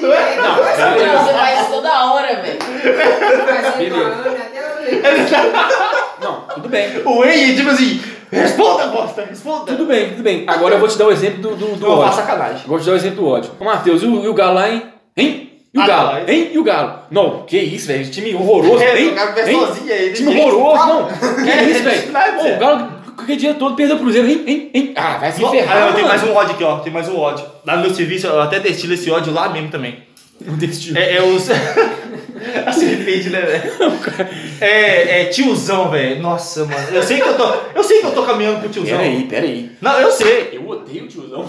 direito. É, Não, você faz isso toda hora, velho. Fazer Beleza. falando até hoje. Não, tudo bem. O Ei, tipo assim, responda, bosta, responda. Tudo bem, tudo bem. Agora eu vou te dar o exemplo do, do, do Não, eu faço ódio. sacanagem. Vou te dar o exemplo do ódio. Ô, Matheus, e o, e o Galo lá, hein? Hein? E o Ah, Galo? não, hein? E o Galo? Não, que isso, velho. Time horroroso, É, hein? jogar Hein? sozinho aí, Time gente. horroroso, não. Que É, isso, velho. vai, Ô, Zé. O Galo, qualquer dia todo, perdeu o Cruzeiro, hein? Hein? Hein? Ah, vai se Ó, ferrar. ah, não, tem mano. mais um ódio aqui, ó. Tem mais um ódio. Lá no meu serviço, eu até destilo esse ódio lá mesmo também. Não desistiu. É, é os. Se arrepende, né, velho? É, é tiozão, velho. Nossa, mano. Eu sei que eu tô. Eu sei que eu tô caminhando com o tiozão. Peraí, peraí. Não, eu sei. Eu odeio o tiozão.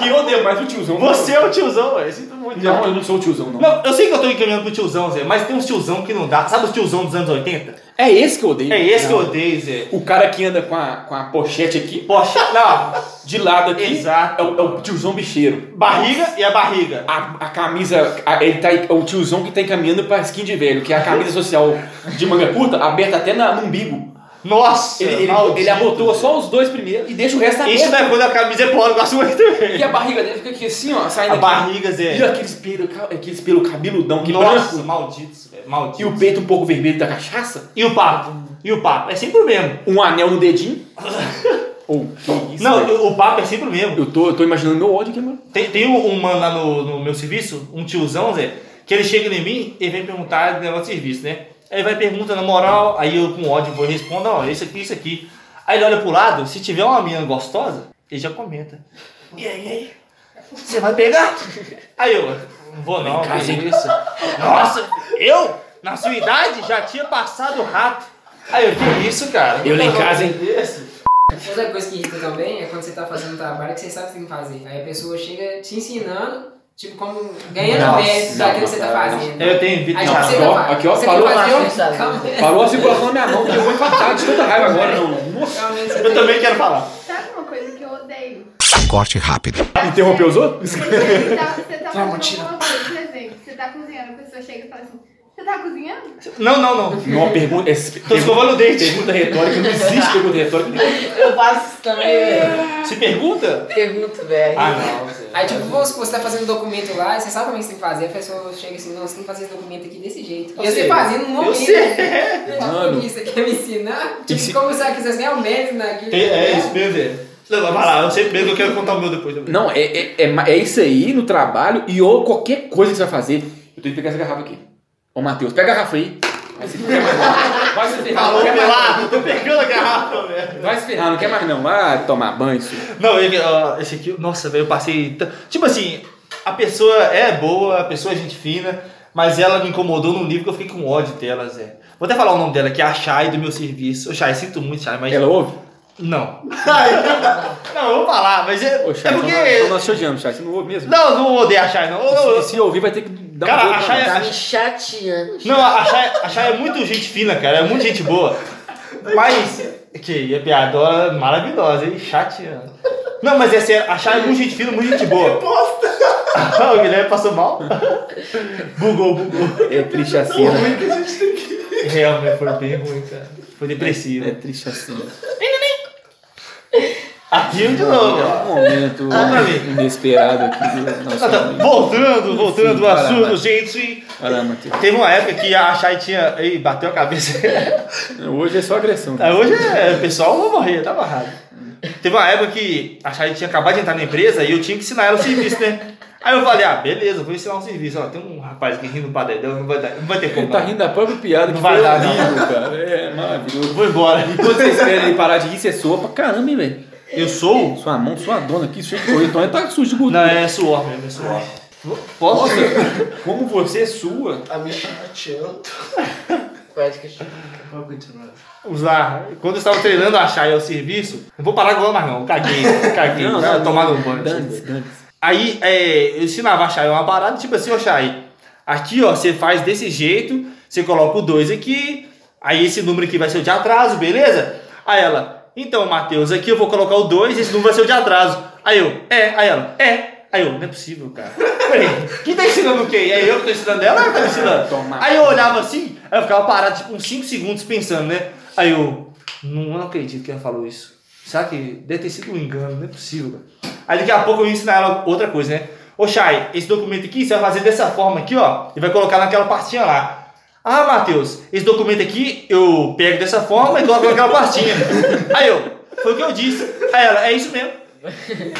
que eu odeio mais o tiozão. Você é o tiozão, velho. Sinto muito. Não, eu não sou o tiozão, não. Não, eu sei que eu tô encaminhando pro tiozão, Zé, mas tem uns tiozão que não dá. Sabe os tiozão dos anos 80? É esse que eu odeio. É esse que eu Não. odeio, Zé. O cara que anda com a, com a pochete aqui, Poxa, não. de lado aqui, Exato. É, o, é o tiozão bicheiro. Barriga e a barriga. A, a camisa, a- ele tá, é o tiozão que tá encaminhando pra skin de velho, que é a camisa social de manga curta, aberta até na, no umbigo. Nossa, Ele, ele, maldito. ele abotoa só os dois primeiros e deixa o resto Isso aberto. não é quando a camisa é polo, eu gosto muito também. E a barriga dele fica aqui assim, ó, saindo A aqui. barriga, Zé. E aqueles pelo, aqueles pelo cabeludão que branco. Nossa, malditos, velho. Malditos. E o peito um pouco vermelho da cachaça. E o papo? E o papo? É sempre o mesmo. Um anel no dedinho. Ou que isso, não, velho? o papo é sempre o mesmo. eu tô, eu tô imaginando meu ódio aqui, mano. Tem, tem um, um mano lá no, no meu serviço, um tiozão, Zé, que ele chega em mim e vem perguntar do negócio de serviço, né? Aí ele vai pergunta na moral, aí eu com ódio vou e respondo, ó, isso aqui, isso aqui. Aí ele olha pro lado, se tiver uma mina gostosa, ele já comenta. E aí, e aí? Você vai pegar? Aí eu, não vou não, que isso? Nossa, eu, na sua idade, já tinha passado o rato. Aí eu, que isso, cara? Eu lá em casa, hein? Desse. Outra coisa que irrita também é quando você tá fazendo um trabalho que você sabe que tem que fazer. Aí a pessoa chega te ensinando, tipo, como ganhando Nossa, mérito não, daquilo que você tá não, fazendo. Eu tenho Aí vídeo. tipo, você aqui, ó, tá fazendo. aqui, ó, você parou quer fazer na um- frente, Calma aí. Parou a circulação assim, na minha mão que eu vou infartar de tanta raiva agora. Não, nossa. Calma aí, Eu você também quero falar. Sabe uma coisa que eu odeio? Corte rápido. Interrompeu os outros? Você tá, você tá Toma, fazendo tira. alguma coisa, por exemplo, você tá cozinhando, a pessoa chega e fala assim, você tá cozinhando? Não, não, não. Não, pergunta. esse- Tô escovando o dente. Pergunta retórica, não existe pergunta retórica. Eu faço isso também, velho. Se pergunta? Pergunto, velho. Ah, não. Zé. Aí, tipo, vamos supor, você tá fazendo um documento lá, e você sabe como é que você tem que fazer, a pessoa chega assim, não, você tem que fazer esse documento aqui desse jeito. Eu E você sei. fazendo um momento. né? Eu Mano. Mano. Você quer é me ensinar? Tem Tipo, que se- como se ela quisesse ganhar o mérito naquilo. né? É, é isso mesmo, Zé. Não, vai lá, eu sei mesmo que eu quero contar o meu depois também. Não, é, é, é, ma- é isso aí no trabalho e ou qualquer coisa que você vai fazer. Eu tenho que pegar essa garrafa aqui. Ô, Matheus, pega a garrafa aí. Vai se ferrar mais não. Vai se ferrar, não Falou quer mais pelado, tô pegando a garrafa, velho. não. Vai se ferrar, não quer mais não. Vai tomar banho, isso. Não, ele, ó, esse aqui, nossa, velho, eu passei. t- Tipo assim, a pessoa é boa, a pessoa é gente fina, mas ela me incomodou num livro que eu fiquei com ódio dela, Zé. Vou até falar o nome dela, que é a Chay do meu serviço. Ô, Chay, sinto muito, Chay, mas. Ela ouve? Não. não, eu vou falar, mas é, Ô, é Chay, porque. então nós te odiamos, Chay. Você não ouve mesmo? Não, não odeio a Chay, não. Eu- eu- Se, se ouvir, vai ter que dar Cara, um golpe a na Chay- mão. Tá me chateando. Não, a Chay, a Chay é muito gente fina, cara. É muito gente boa. Mas. Que a piada maravilhosa, hein? Chateando. Não, mas é sério, achar muito gente fina, muito gente boa. Posta! o Guilherme passou mal? bugou, bugou. É triste a cena. Realmente foi bem ruim, cara. Foi depressivo. É triste a cena. Aqui de É novo. um momento pra mim. inesperado aqui do Ah, tá. nosso Voltando, voltando Sim, ao caramba. assunto, gente. Olha, Matheus. Teve uma época que a Shai tinha. Ei, bateu a cabeça. Hoje é só agressão. Ah, Hoje é, o pessoal vai morrer, tá amarrado. Teve uma época que a Shari tinha acabado de entrar na empresa e eu tinha que ensinar ela o serviço, né? Aí eu falei, ah, beleza, vou ensinar um serviço. Ó, tem um rapaz aqui rindo pra dedão, não vai, dar, não vai ter como. né? Ele tá rindo da própria piada que Não vai foi dar, horrível, cara. É maravilhoso. não. Vou embora. Quando vocês esperam ele parar de rir, você soa pra caramba, hein, velho. Eu sou? Sua mão, sua dona aqui, cheio de coisa. Então ele tá sujo de Não, gordura. é suor mesmo, é suor. Posso? é Nossa, como você sua. Tá me chateando. Pode que eu- Vamos continuar. Tá Usar. Quando eu estava treinando a Shai ao serviço, não vou parar agora mais não, caguei, caguei. Não, não, tomar no banho. assim. Dane-se, dane-se. Aí é, eu ensinava a Chay uma parada, tipo assim, ó Chay, aqui ó, você faz desse jeito, você coloca o 2 aqui, aí esse número aqui vai ser o de atraso, beleza? Aí ela, então Matheus, aqui eu vou colocar o 2, esse número vai ser o de atraso. Aí eu, é, aí ela, é. Aí eu, não é possível, cara. Peraí, quem tá ensinando o quê? É eu que tô ensinando ela ou ela tá me ensinando? Tomar. Aí eu olhava assim, aí eu ficava parado tipo uns 5 segundos pensando, né? Aí eu, não, eu não acredito que ela falou isso. Será que deve ter sido um engano? Não é possível, cara. Aí daqui a pouco eu ia ensinar ela outra coisa, né? Ô Chay, esse documento aqui você vai fazer dessa forma aqui, ó, e vai colocar naquela partinha lá. Ah, Matheus, esse documento aqui eu pego dessa forma e coloco naquela partinha. Aí eu, foi o que eu disse. Aí ela, é isso mesmo.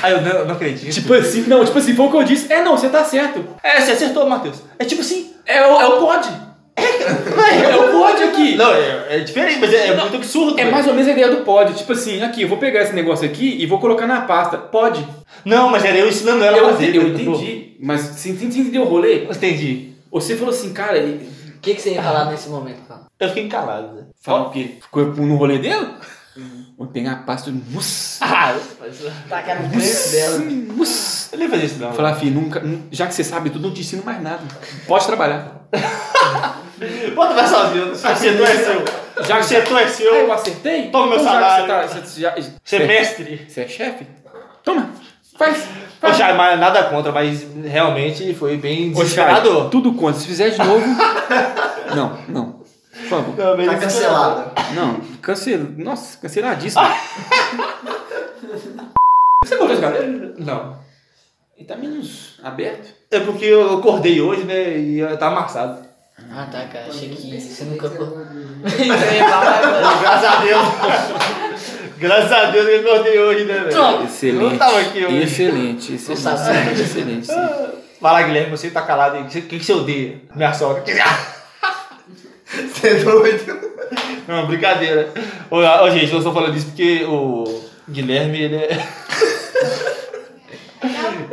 Aí eu, não, não acredito. Tipo assim, não, tipo assim, foi o que eu disse. É, não, você tá certo. É, você acertou, Matheus. É tipo assim. É o, é o pod. É o pod aqui. Não, é, é diferente, mas é, é muito absurdo. É velho. mais ou menos a ideia do pod. Tipo assim, aqui, eu vou pegar esse negócio aqui e vou colocar na pasta. Pod. Não, mas era eu ensinando ela a Eu, fazer. né? eu velho. entendi. Mas você você entendeu o rolê? Eu entendi. Você falou assim, cara, ele- O que, que você ia falar nesse momento, cara? Eu fiquei calado. né? velho. fala o quê? Ficou no rolê dele? Vou pegar a pasta. Nossa! Ah, Tacar no preço dela. Nossa! eu nem fazia isso não. Falar, filho, nunca, nun- já que você sabe tudo, não te ensino mais nada. Pode trabalhar. Bota vai sozinho. Acertou é seu. Já acertou é Ah, seu. eu acertei? Toma meu já que salário. Você, tá- você já- Você é mestre. você é chefe? Toma! Faz! Ô, faz. Chay, mas nada contra, mas realmente foi bem Ô, Chay, desesperador. Tudo conta. Se fizer de novo. não, não. Por favor. Não, mas Tá cancelada. Não, cancel... Nossa, canceladíssimo. Você botou esse cabelo? Não. Ele tá menos aberto. É porque eu acordei hoje, né? E eu tava amassado. Ah, tá, cara. Achei que você nunca. Eu nunca. ia falar agora. Graças a Deus. Graças a Deus eu acordei hoje, né, velho? Pronto. Excelente. Não tava aqui hoje. Excelente, excelente, excelente. sim. Vai lá, Guilherme, você tá calado aí. O que, que você odeia? Minha sogra. Você é doido? Não, brincadeira. Ô, a- ô, gente, eu estou falando isso porque o Guilherme, ele é.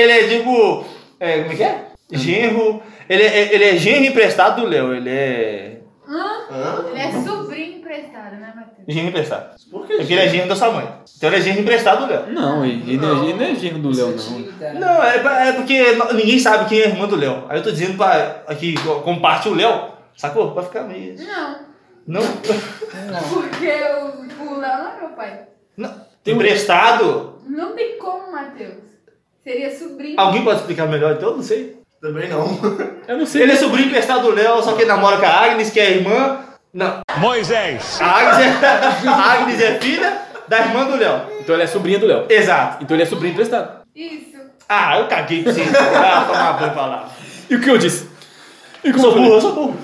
ele é tipo. é, como é que é? Genro. Ele é, ele é genro emprestado do Léo. Ele é. Hã? Ele é sobrinho emprestado, né, Matheus? Genro emprestado. Por É que? porque ele é genro da sua mãe. Então ele é genro emprestado do Léo. Não, ele ele não é- ele não é genro do Léo, não. Não, é, pra- é porque no- ninguém sabe quem é a irmã do Léo. Aí eu tô dizendo pra. Aqui, co- comparte o Léo, sacou? Pra ficar meio. Não, Não. porque o, o Léo não é meu pai. um Emprestado? Não tem como, Matheus. Seria sobrinho. Alguém pode explicar melhor então? Eu Não sei. Também não. Eu não sei. Ele é sobrinho emprestado do Léo, só que ele namora com a Agnes, que é a irmã. Não, Moisés! a Agnes é, a Agnes é filha da irmã do Léo. Então ele é sobrinha do Léo. Exato. Então ele é sobrinho emprestado. Isso. Ah, eu caguei pra vocês. Ah, tomar banho pra lá. E o que eu disse? E Eu como sou burro, eu eu falei? sou burro.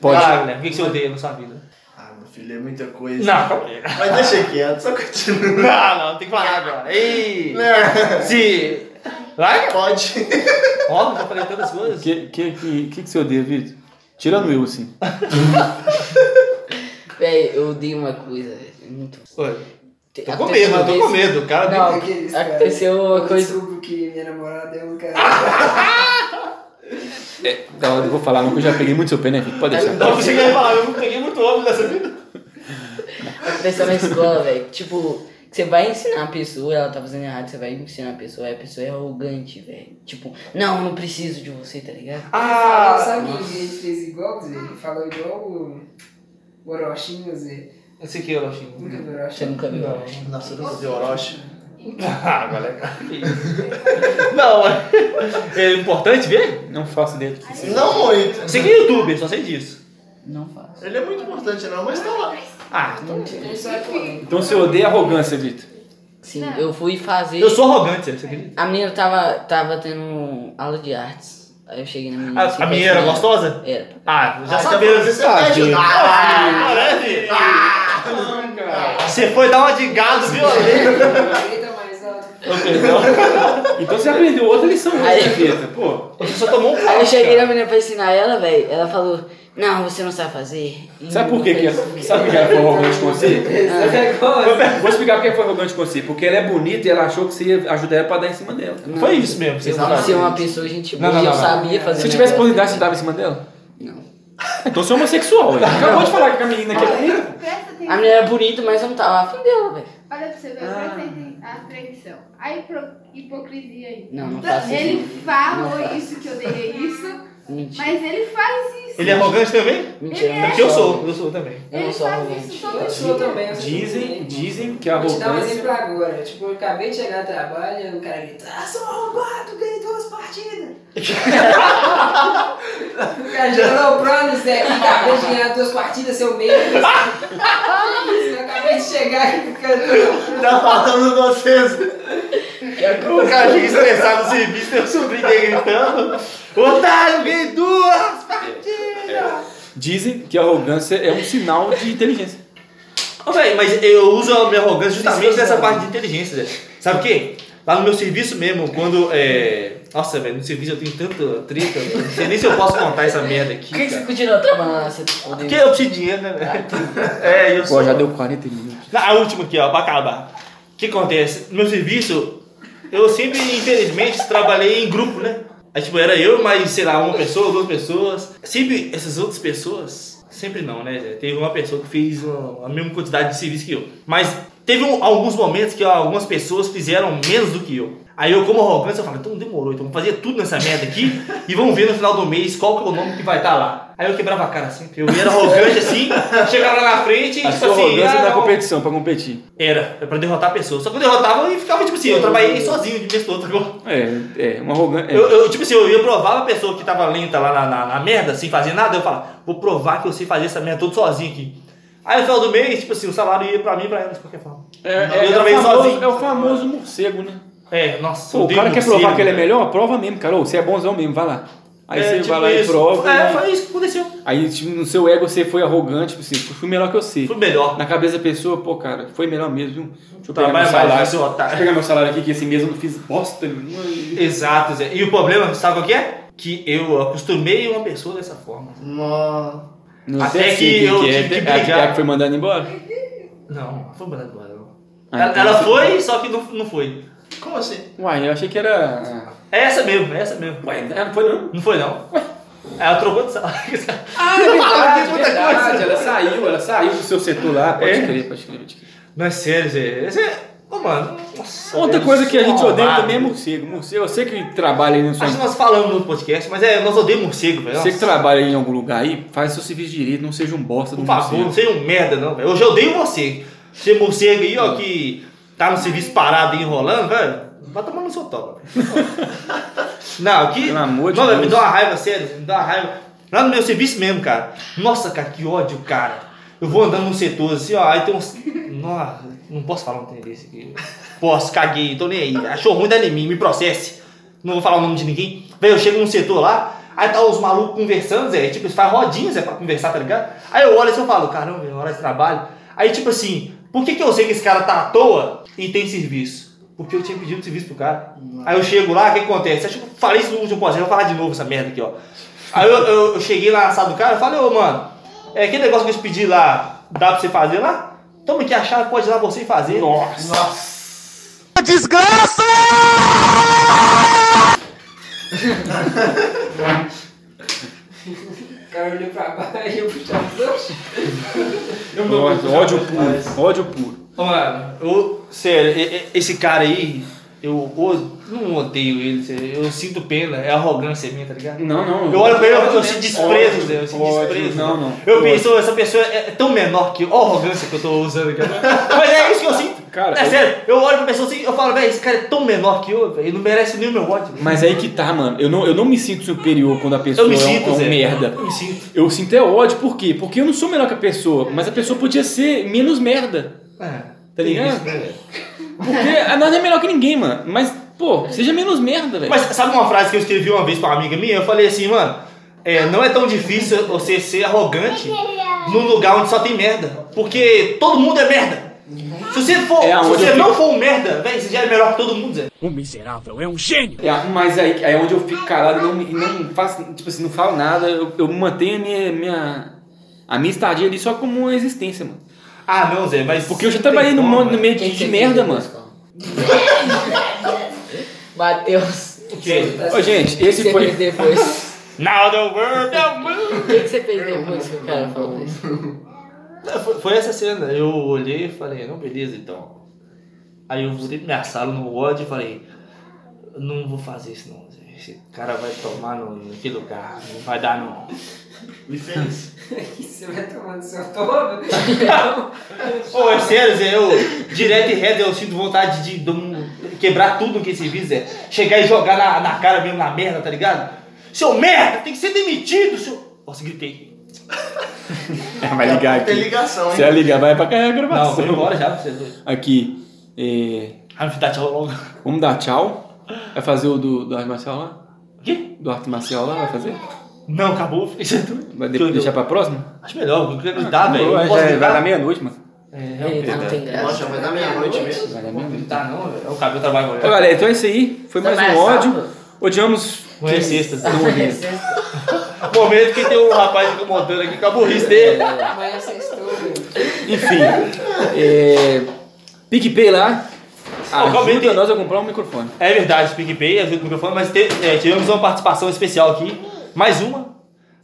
Pode. Ah, Agnes, o que que você odeia na sua vida? Ah, meu filho, é muita coisa. Não, calma aí. Mas deixa quieto, só continua. Não, não, tem que falar agora. Ei! Né? É. Se. Vai, cara. Pode. Ó, já falei tantas coisas. Que, que, que, que, que você odeia, Vitor? Tirando eu, assim. Véi, eu odeio uma coisa. velho, Muito. Oi. Te- Tô com aconteceu medo, eu tô uma com vez- medo. O cara Não, me. que isso, cara. Aconteceu uma Eu coisa. descubro que minha namorada é um cara. Da hora eu vou falar, não, que eu já peguei muito seu pé, né, Vitor? Pode deixar. É. Não, você quer falar, eu não peguei muito homem nessa vida. Aconteceu na escola, velho. Tipo, você vai ensinar a pessoa, ela tá fazendo errado, você vai ensinar a pessoa, aí a pessoa é arrogante, velho. Tipo, não, não preciso de você, tá ligado? Ah, Ah! sabe que ele fez igual, Zé? Ele falou igual o o Orochinho, Zé. Esse aqui é o Lochinho. Nunca viu Você Orochinho? nunca viu. Nossa, eu nunca vi Orochi. Ah, galera. Não, é importante ver? Não faço ideia do que seja. Não muito. Você que é youtuber, só sei disso. Não faço. Ele é muito importante não, mas tá lá. Ah, Não sei, só é polêmico. Então você odeia arrogância, Vitor. Sim, eu fui fazer. eu sou arrogante, você acredita? A menina tava, tava tendo aula de artes. Aí eu cheguei na menina. e A, fiquei a minha era assim, gostosa? Era. Ah, já Ah, sabemos. Você vai ajudar. Ah, Maravilha. Ah, Você foi dar uma de gado violenta. Grita tá mais alto. Então você aprendeu outra lição hoje, Aí- né, Vitor. Pô, Você só tomou um Aí eu pau, cheguei cara. na menina pra ensinar ela, velho. Ela falou: Não, você não sabe fazer. E sabe por não que que fez. ela, sabe por que ela foi arrogante com você? Agora. Vou- Vou explicar por que ela foi arrogante com você. Porque ela é bonita e ela achou que você ia ajudar ela pra dar em cima dela. Não, Foi isso mesmo, você Eu sabe. fui ser uma pessoa gente boa Não, não, e eu não, não. sabia fazer. Se o tivesse negócio. oportunidade, você dava em cima dela? Não. Então você é homossexual, velho. Acabou de falar que a menina aqui é bonita. Presta A atenção. menina era bonita, mas eu não tava afim dela, velho. Olha pra você ver, Ah. presta atenção. A traição. A hipro- hipocrisia aí. Não, não faço isso. Ele falou faço. isso, que eu dei é isso, Mentira. mas ele faz isso. Ele é arrogante também? Mentira, É não porque eu sou, eu sou também. Eu não Ele sou faz isso arrogante. todo Eu sou dia. também, eu sou Dizem, também. né? dizem que a Vou te dar um arrogância... exemplo agora. Tipo, eu acabei de chegar no trabalho, o cara grita, ah, sou arrombado, ganhei duas partidas. o cara já aloprando isso daqui, acabei de ganhar duas partidas, seu meio. que isso, eu acabei de chegar e ficando. Tá faltando vocês. O cara chega estressado no serviço, eu subi dele gritando. Otário, ganhei duas! Dizem que a arrogância é um sinal de inteligência. Ô, velho, mas eu uso a minha arrogância justamente nessa parte de inteligência, velho. Sabe o quê? Lá no meu serviço mesmo, quando é. Nossa, velho, no serviço eu tenho tanta treta, eu não sei nem se eu posso contar essa merda aqui. Por que que você Cara. continua trabalhando lá? Você Porque eu preciso de dinheiro, né, velho? É, eu sou. Pô, já deu 40 minutos. Na- A última aqui, ó, pra acabar. O que acontece? No meu serviço, eu sempre, infelizmente, trabalhei em grupo, né? Aí, tipo, era eu, mas, sei lá, uma pessoa, duas pessoas. Sempre essas outras pessoas... Sempre não, né? Zé? Teve uma pessoa que fez uma- a mesma quantidade de serviço que eu. Mas teve um- alguns momentos que ó, algumas pessoas fizeram menos do que eu. Aí eu, como arrogância, eu falo, então demorou, então vamos fazer tudo nessa merda aqui e vamos ver no final do mês qual que é o nome que vai estar lá. Aí eu quebrava a cara assim, eu era arrogante assim, chegava lá na frente e A tipo sua assim, arrogância "Ah, é na não, competição, pra competir. era, era pra derrotar a pessoa. Só que eu derrotava e ficava tipo assim, eu trabalhei sozinho de vez toda. sacou? É, é, uma arrogância... Eu, eu, tipo assim, eu, eu provava a pessoa que tava lenta lá na, na, na merda, sem fazer nada, eu falava, vou provar que eu sei fazer essa merda toda sozinho aqui. Aí no final do mês, tipo assim, o salário ia pra mim e pra ela de qualquer forma. É, Não, é, eu é trabalhei o famoso, sozinho. é o famoso morcego, né? É, nossa, Pô, o odeio cara quer morcego, provar que ele é velho. melhor, prova mesmo, cara. Ô, você é bonzão mesmo, vai lá. Aí É, você tipo vai lá isso. e prova. né? É, e- foi isso que aconteceu. Aí tipo, no seu ego você foi arrogante, tipo assim, fui melhor que eu sei. Foi melhor. Na cabeça da pessoa, pô, cara, foi melhor mesmo, viu? Deixa eu pegar Trabalha meu mais, Tá, vai salário. ser um Deixa eu otário. pegar meu salário aqui, que esse mês eu não fiz bosta nenhuma. Exato, Zé. E o problema, sabe qual que é? Que eu acostumei uma pessoa dessa forma. Nossa. Não Até sei que quem eu que é, tive que é a brigar. Tiago que foi mandando embora. Não, não foi mandada embora, não. Ah, Ela, então. ela foi, só que não, não foi. Como assim? Uai, eu achei que era. É essa mesmo, é essa mesmo. Uai, não foi não. Não foi não. É Ela trocou de sala. Ah, é verdade, muita verdade. coisa. Ela saiu, ela saiu do seu setor lá. Pode É. crer, pode crer, pode crer. Não é sério, Zé. Zé. Ô, mano. Nossa, Outra velho, coisa que a gente sou odeia arrombado. também é morcego. Morcego, você que trabalha aí na sua Acho que nós falamos no podcast, mas é, nós odeio morcego, velho. Você que Nossa, trabalha em algum lugar aí, faz seu serviço direito, não seja um bosta do Por favor, não seja um merda, não, velho. Hoje eu odeio morcego. Você morcego aí, ó, que tá no serviço parado e enrolando, velho. Vai tomar no seu topa. Não, que. Pelo amor de Não, velho, me Deus. dá uma raiva, sério, me dá uma raiva. Lá no meu serviço mesmo, cara. Nossa, cara, que ódio, cara. Eu vou andando num setor assim, ó, aí tem uns. Nossa, não posso falar um trem desse aqui. Posso, caguei, tô nem aí. Achou ruim, dá em mim, me processe. Não vou falar o nome de ninguém. Velho, eu chego num setor lá, aí tá os malucos conversando, Zé. Tipo, eles fazem rodinhas, Zé, pra conversar, tá ligado? Aí eu olho assim e eu falo, caramba, velho, hora de trabalho. Aí, tipo assim, por que, que eu sei que esse cara tá à toa e tem serviço? Porque eu tinha pedido serviço pro cara. Aí eu chego lá, o que acontece? Acho que eu falei isso no último podcast, eu vou falar de novo essa merda aqui, ó. Aí eu, eu- eu cheguei lá na sala do cara e falei, ô mano, é aquele negócio que eu te pedi lá, dá pra você fazer lá? Toma aqui a chave, pode ir lá você e fazer. é Nossa! O cara olhou pra baixo e eu puxava os dois. Eu Nossa, ódio puro, ódio puro. Ô, mano, eu, sério, e- e- esse cara aí, eu, o- não odeio ele, sério, eu sinto pena, é arrogância minha, tá ligado? Não, não. Eu olho pra ele, eu, eu sinto desprezo, Zé, eu sinto Ódio, desprezo. não, não. Eu Ódio. penso, essa pessoa é tão menor que eu, ó a arrogância que eu tô usando aqui agora. Mas é isso que eu sinto. Cara, É eu- sério, eu olho pra pessoa assim, eu falo, velho, esse cara é tão menor que eu, velho, ele não merece nem o meu ódio. Mas aí que tá, mano. Eu não, eu não me sinto superior quando a pessoa Eu me é um- sinto, é um Zé. merda. Eu me sinto. Eu sinto é ódio, por quê? Porque eu não sou melhor que a pessoa, mas a pessoa podia ser menos merda. É. Tá tem ligado? isso, né, velho? Porque a- nós não é melhor que ninguém, mano. Mas, pô, seja menos merda, velho. Mas sabe uma frase que eu escrevi uma vez pra uma amiga minha? Eu falei assim, mano, é, não é tão difícil você ser arrogante num lugar onde só tem merda. Porque todo mundo é merda. Se você for, É se aonde você eu não fico. for um merda, velho, você já é melhor que todo mundo, Zé. O miserável é um gênio. É, mas aí, aí é onde eu fico calado e não, me- não faço, tipo assim, não falo nada, eu, eu mantenho a minha, minha, a minha estadia ali só como uma existência, mano. Ah, não, Zé, mas. Porque eu já não trabalhei tem no, como, mundo- no velho. meio de, é de merda, mano. Matheus. O quê? Ô, gente, esse é O que você foi. fez depois? Now the world, the world. O que que você fez depois que o cara falou isso? Foi, foi essa cena. Eu olhei e falei, não, beleza, então. Aí eu voltei pra minha sala no ódio e falei, não vou fazer isso não. Zé. Esse cara vai tomar no, naquele lugar, não vai dar não. Me fez. Você vai tomando seu todo. Ô, é sério, Zé, eu direto e reto eu sinto vontade de, dar um- quebrar tudo que esse vídeo, Zé. Chegar e jogar na, na cara mesmo, na merda, tá ligado? Seu merda, tem que ser demitido, seu... Nossa, gritei. Ah, Vai ligar Tem aqui. ligação, hein? Se ela ligar, vai pra carregar a Não, gravação. foi embora já, você é doido. Aqui. é, Ah, não, tá tchau logo. vamos dar tchau. Vai fazer o do, do arte marcial lá? O quê? Do arte marcial lá, vai fazer? Não, acabou, isso é tudo. Vai de- deixar pra próxima? Acho melhor, eu queria gritar, velho. eu Vai, não posso vai gritar. dar meia-noite, mano. Ele não tem graça. Nossa, vai dar meia-noite mesmo. Vai dar Não vou meia-noite. gritar não, velho. É o cabelo trabalho Ó, galera, então é isso aí. Foi mais um ódio. Odiamos. Amanhã é sexta. Zé. Não odeio. Momento que tem um rapaz incomodando aqui com a burrice dele. Amanhã você estuda. Enfim, é, PicPay lá. comenta Ajuda aí. nós a comprar um microfone. É verdade, PicPay, ajuda o microfone, mas te- é, tivemos uma participação especial aqui. Mais uma.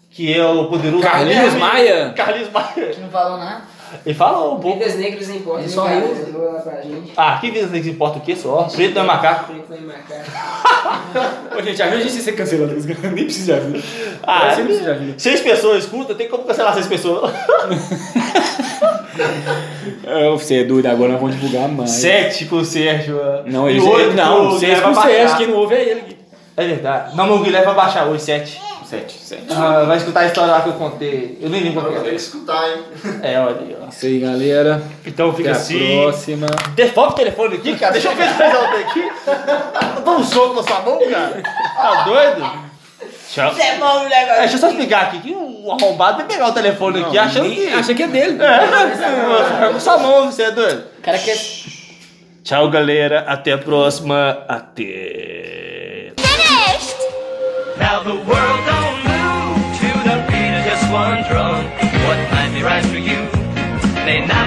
Que é o poderoso... Carlinhos Maia. Carlinhos Maia. Não falou nada. Ele fala um pouco. Vidas negras importam. Ele só riu. Doa lá pra gente. Ah, que vida que importa o quê só? Preto não é macaco. Preto vai marcar. Ô, gente, ajuda a gente a ser cancelado. Nem precisa de ajuda. Ah, Você não precisa de ajuda. seis pessoas escuta, tem como cancelar seis pessoas. Ah, Você é doido, agora nós vamos divulgar mais. Sete com o Sérgio. ah. Não, E ele é- oito não, o vocês Guilherme com vai vocês, baixar. quem não ouve é ele. É verdade. Não, mas o Guilherme vai baixar hoje, sete. Sete, sete. Ah, vai escutar a história lá que eu contei. Eu nem lembro qual Agora que tem que é. escutar, hein? É, olha aí, ó. Isso aí, galera. Então Até fica a assim. próxima. Devolve o telefone aqui, cara. Deixa eu ver se faz algo aqui. Dá um soco na sua mão, cara. Tá doido? Tchau. É, deixa eu só explicar aqui que o arrombado vai pegar o telefone aqui achando nem- que. acha que é dele. É, com sua mão, você é doido. O cara quer. Tchau, galera. Até a próxima. Até. Now the world don't move to the beat of just one drum. What might be right for you may not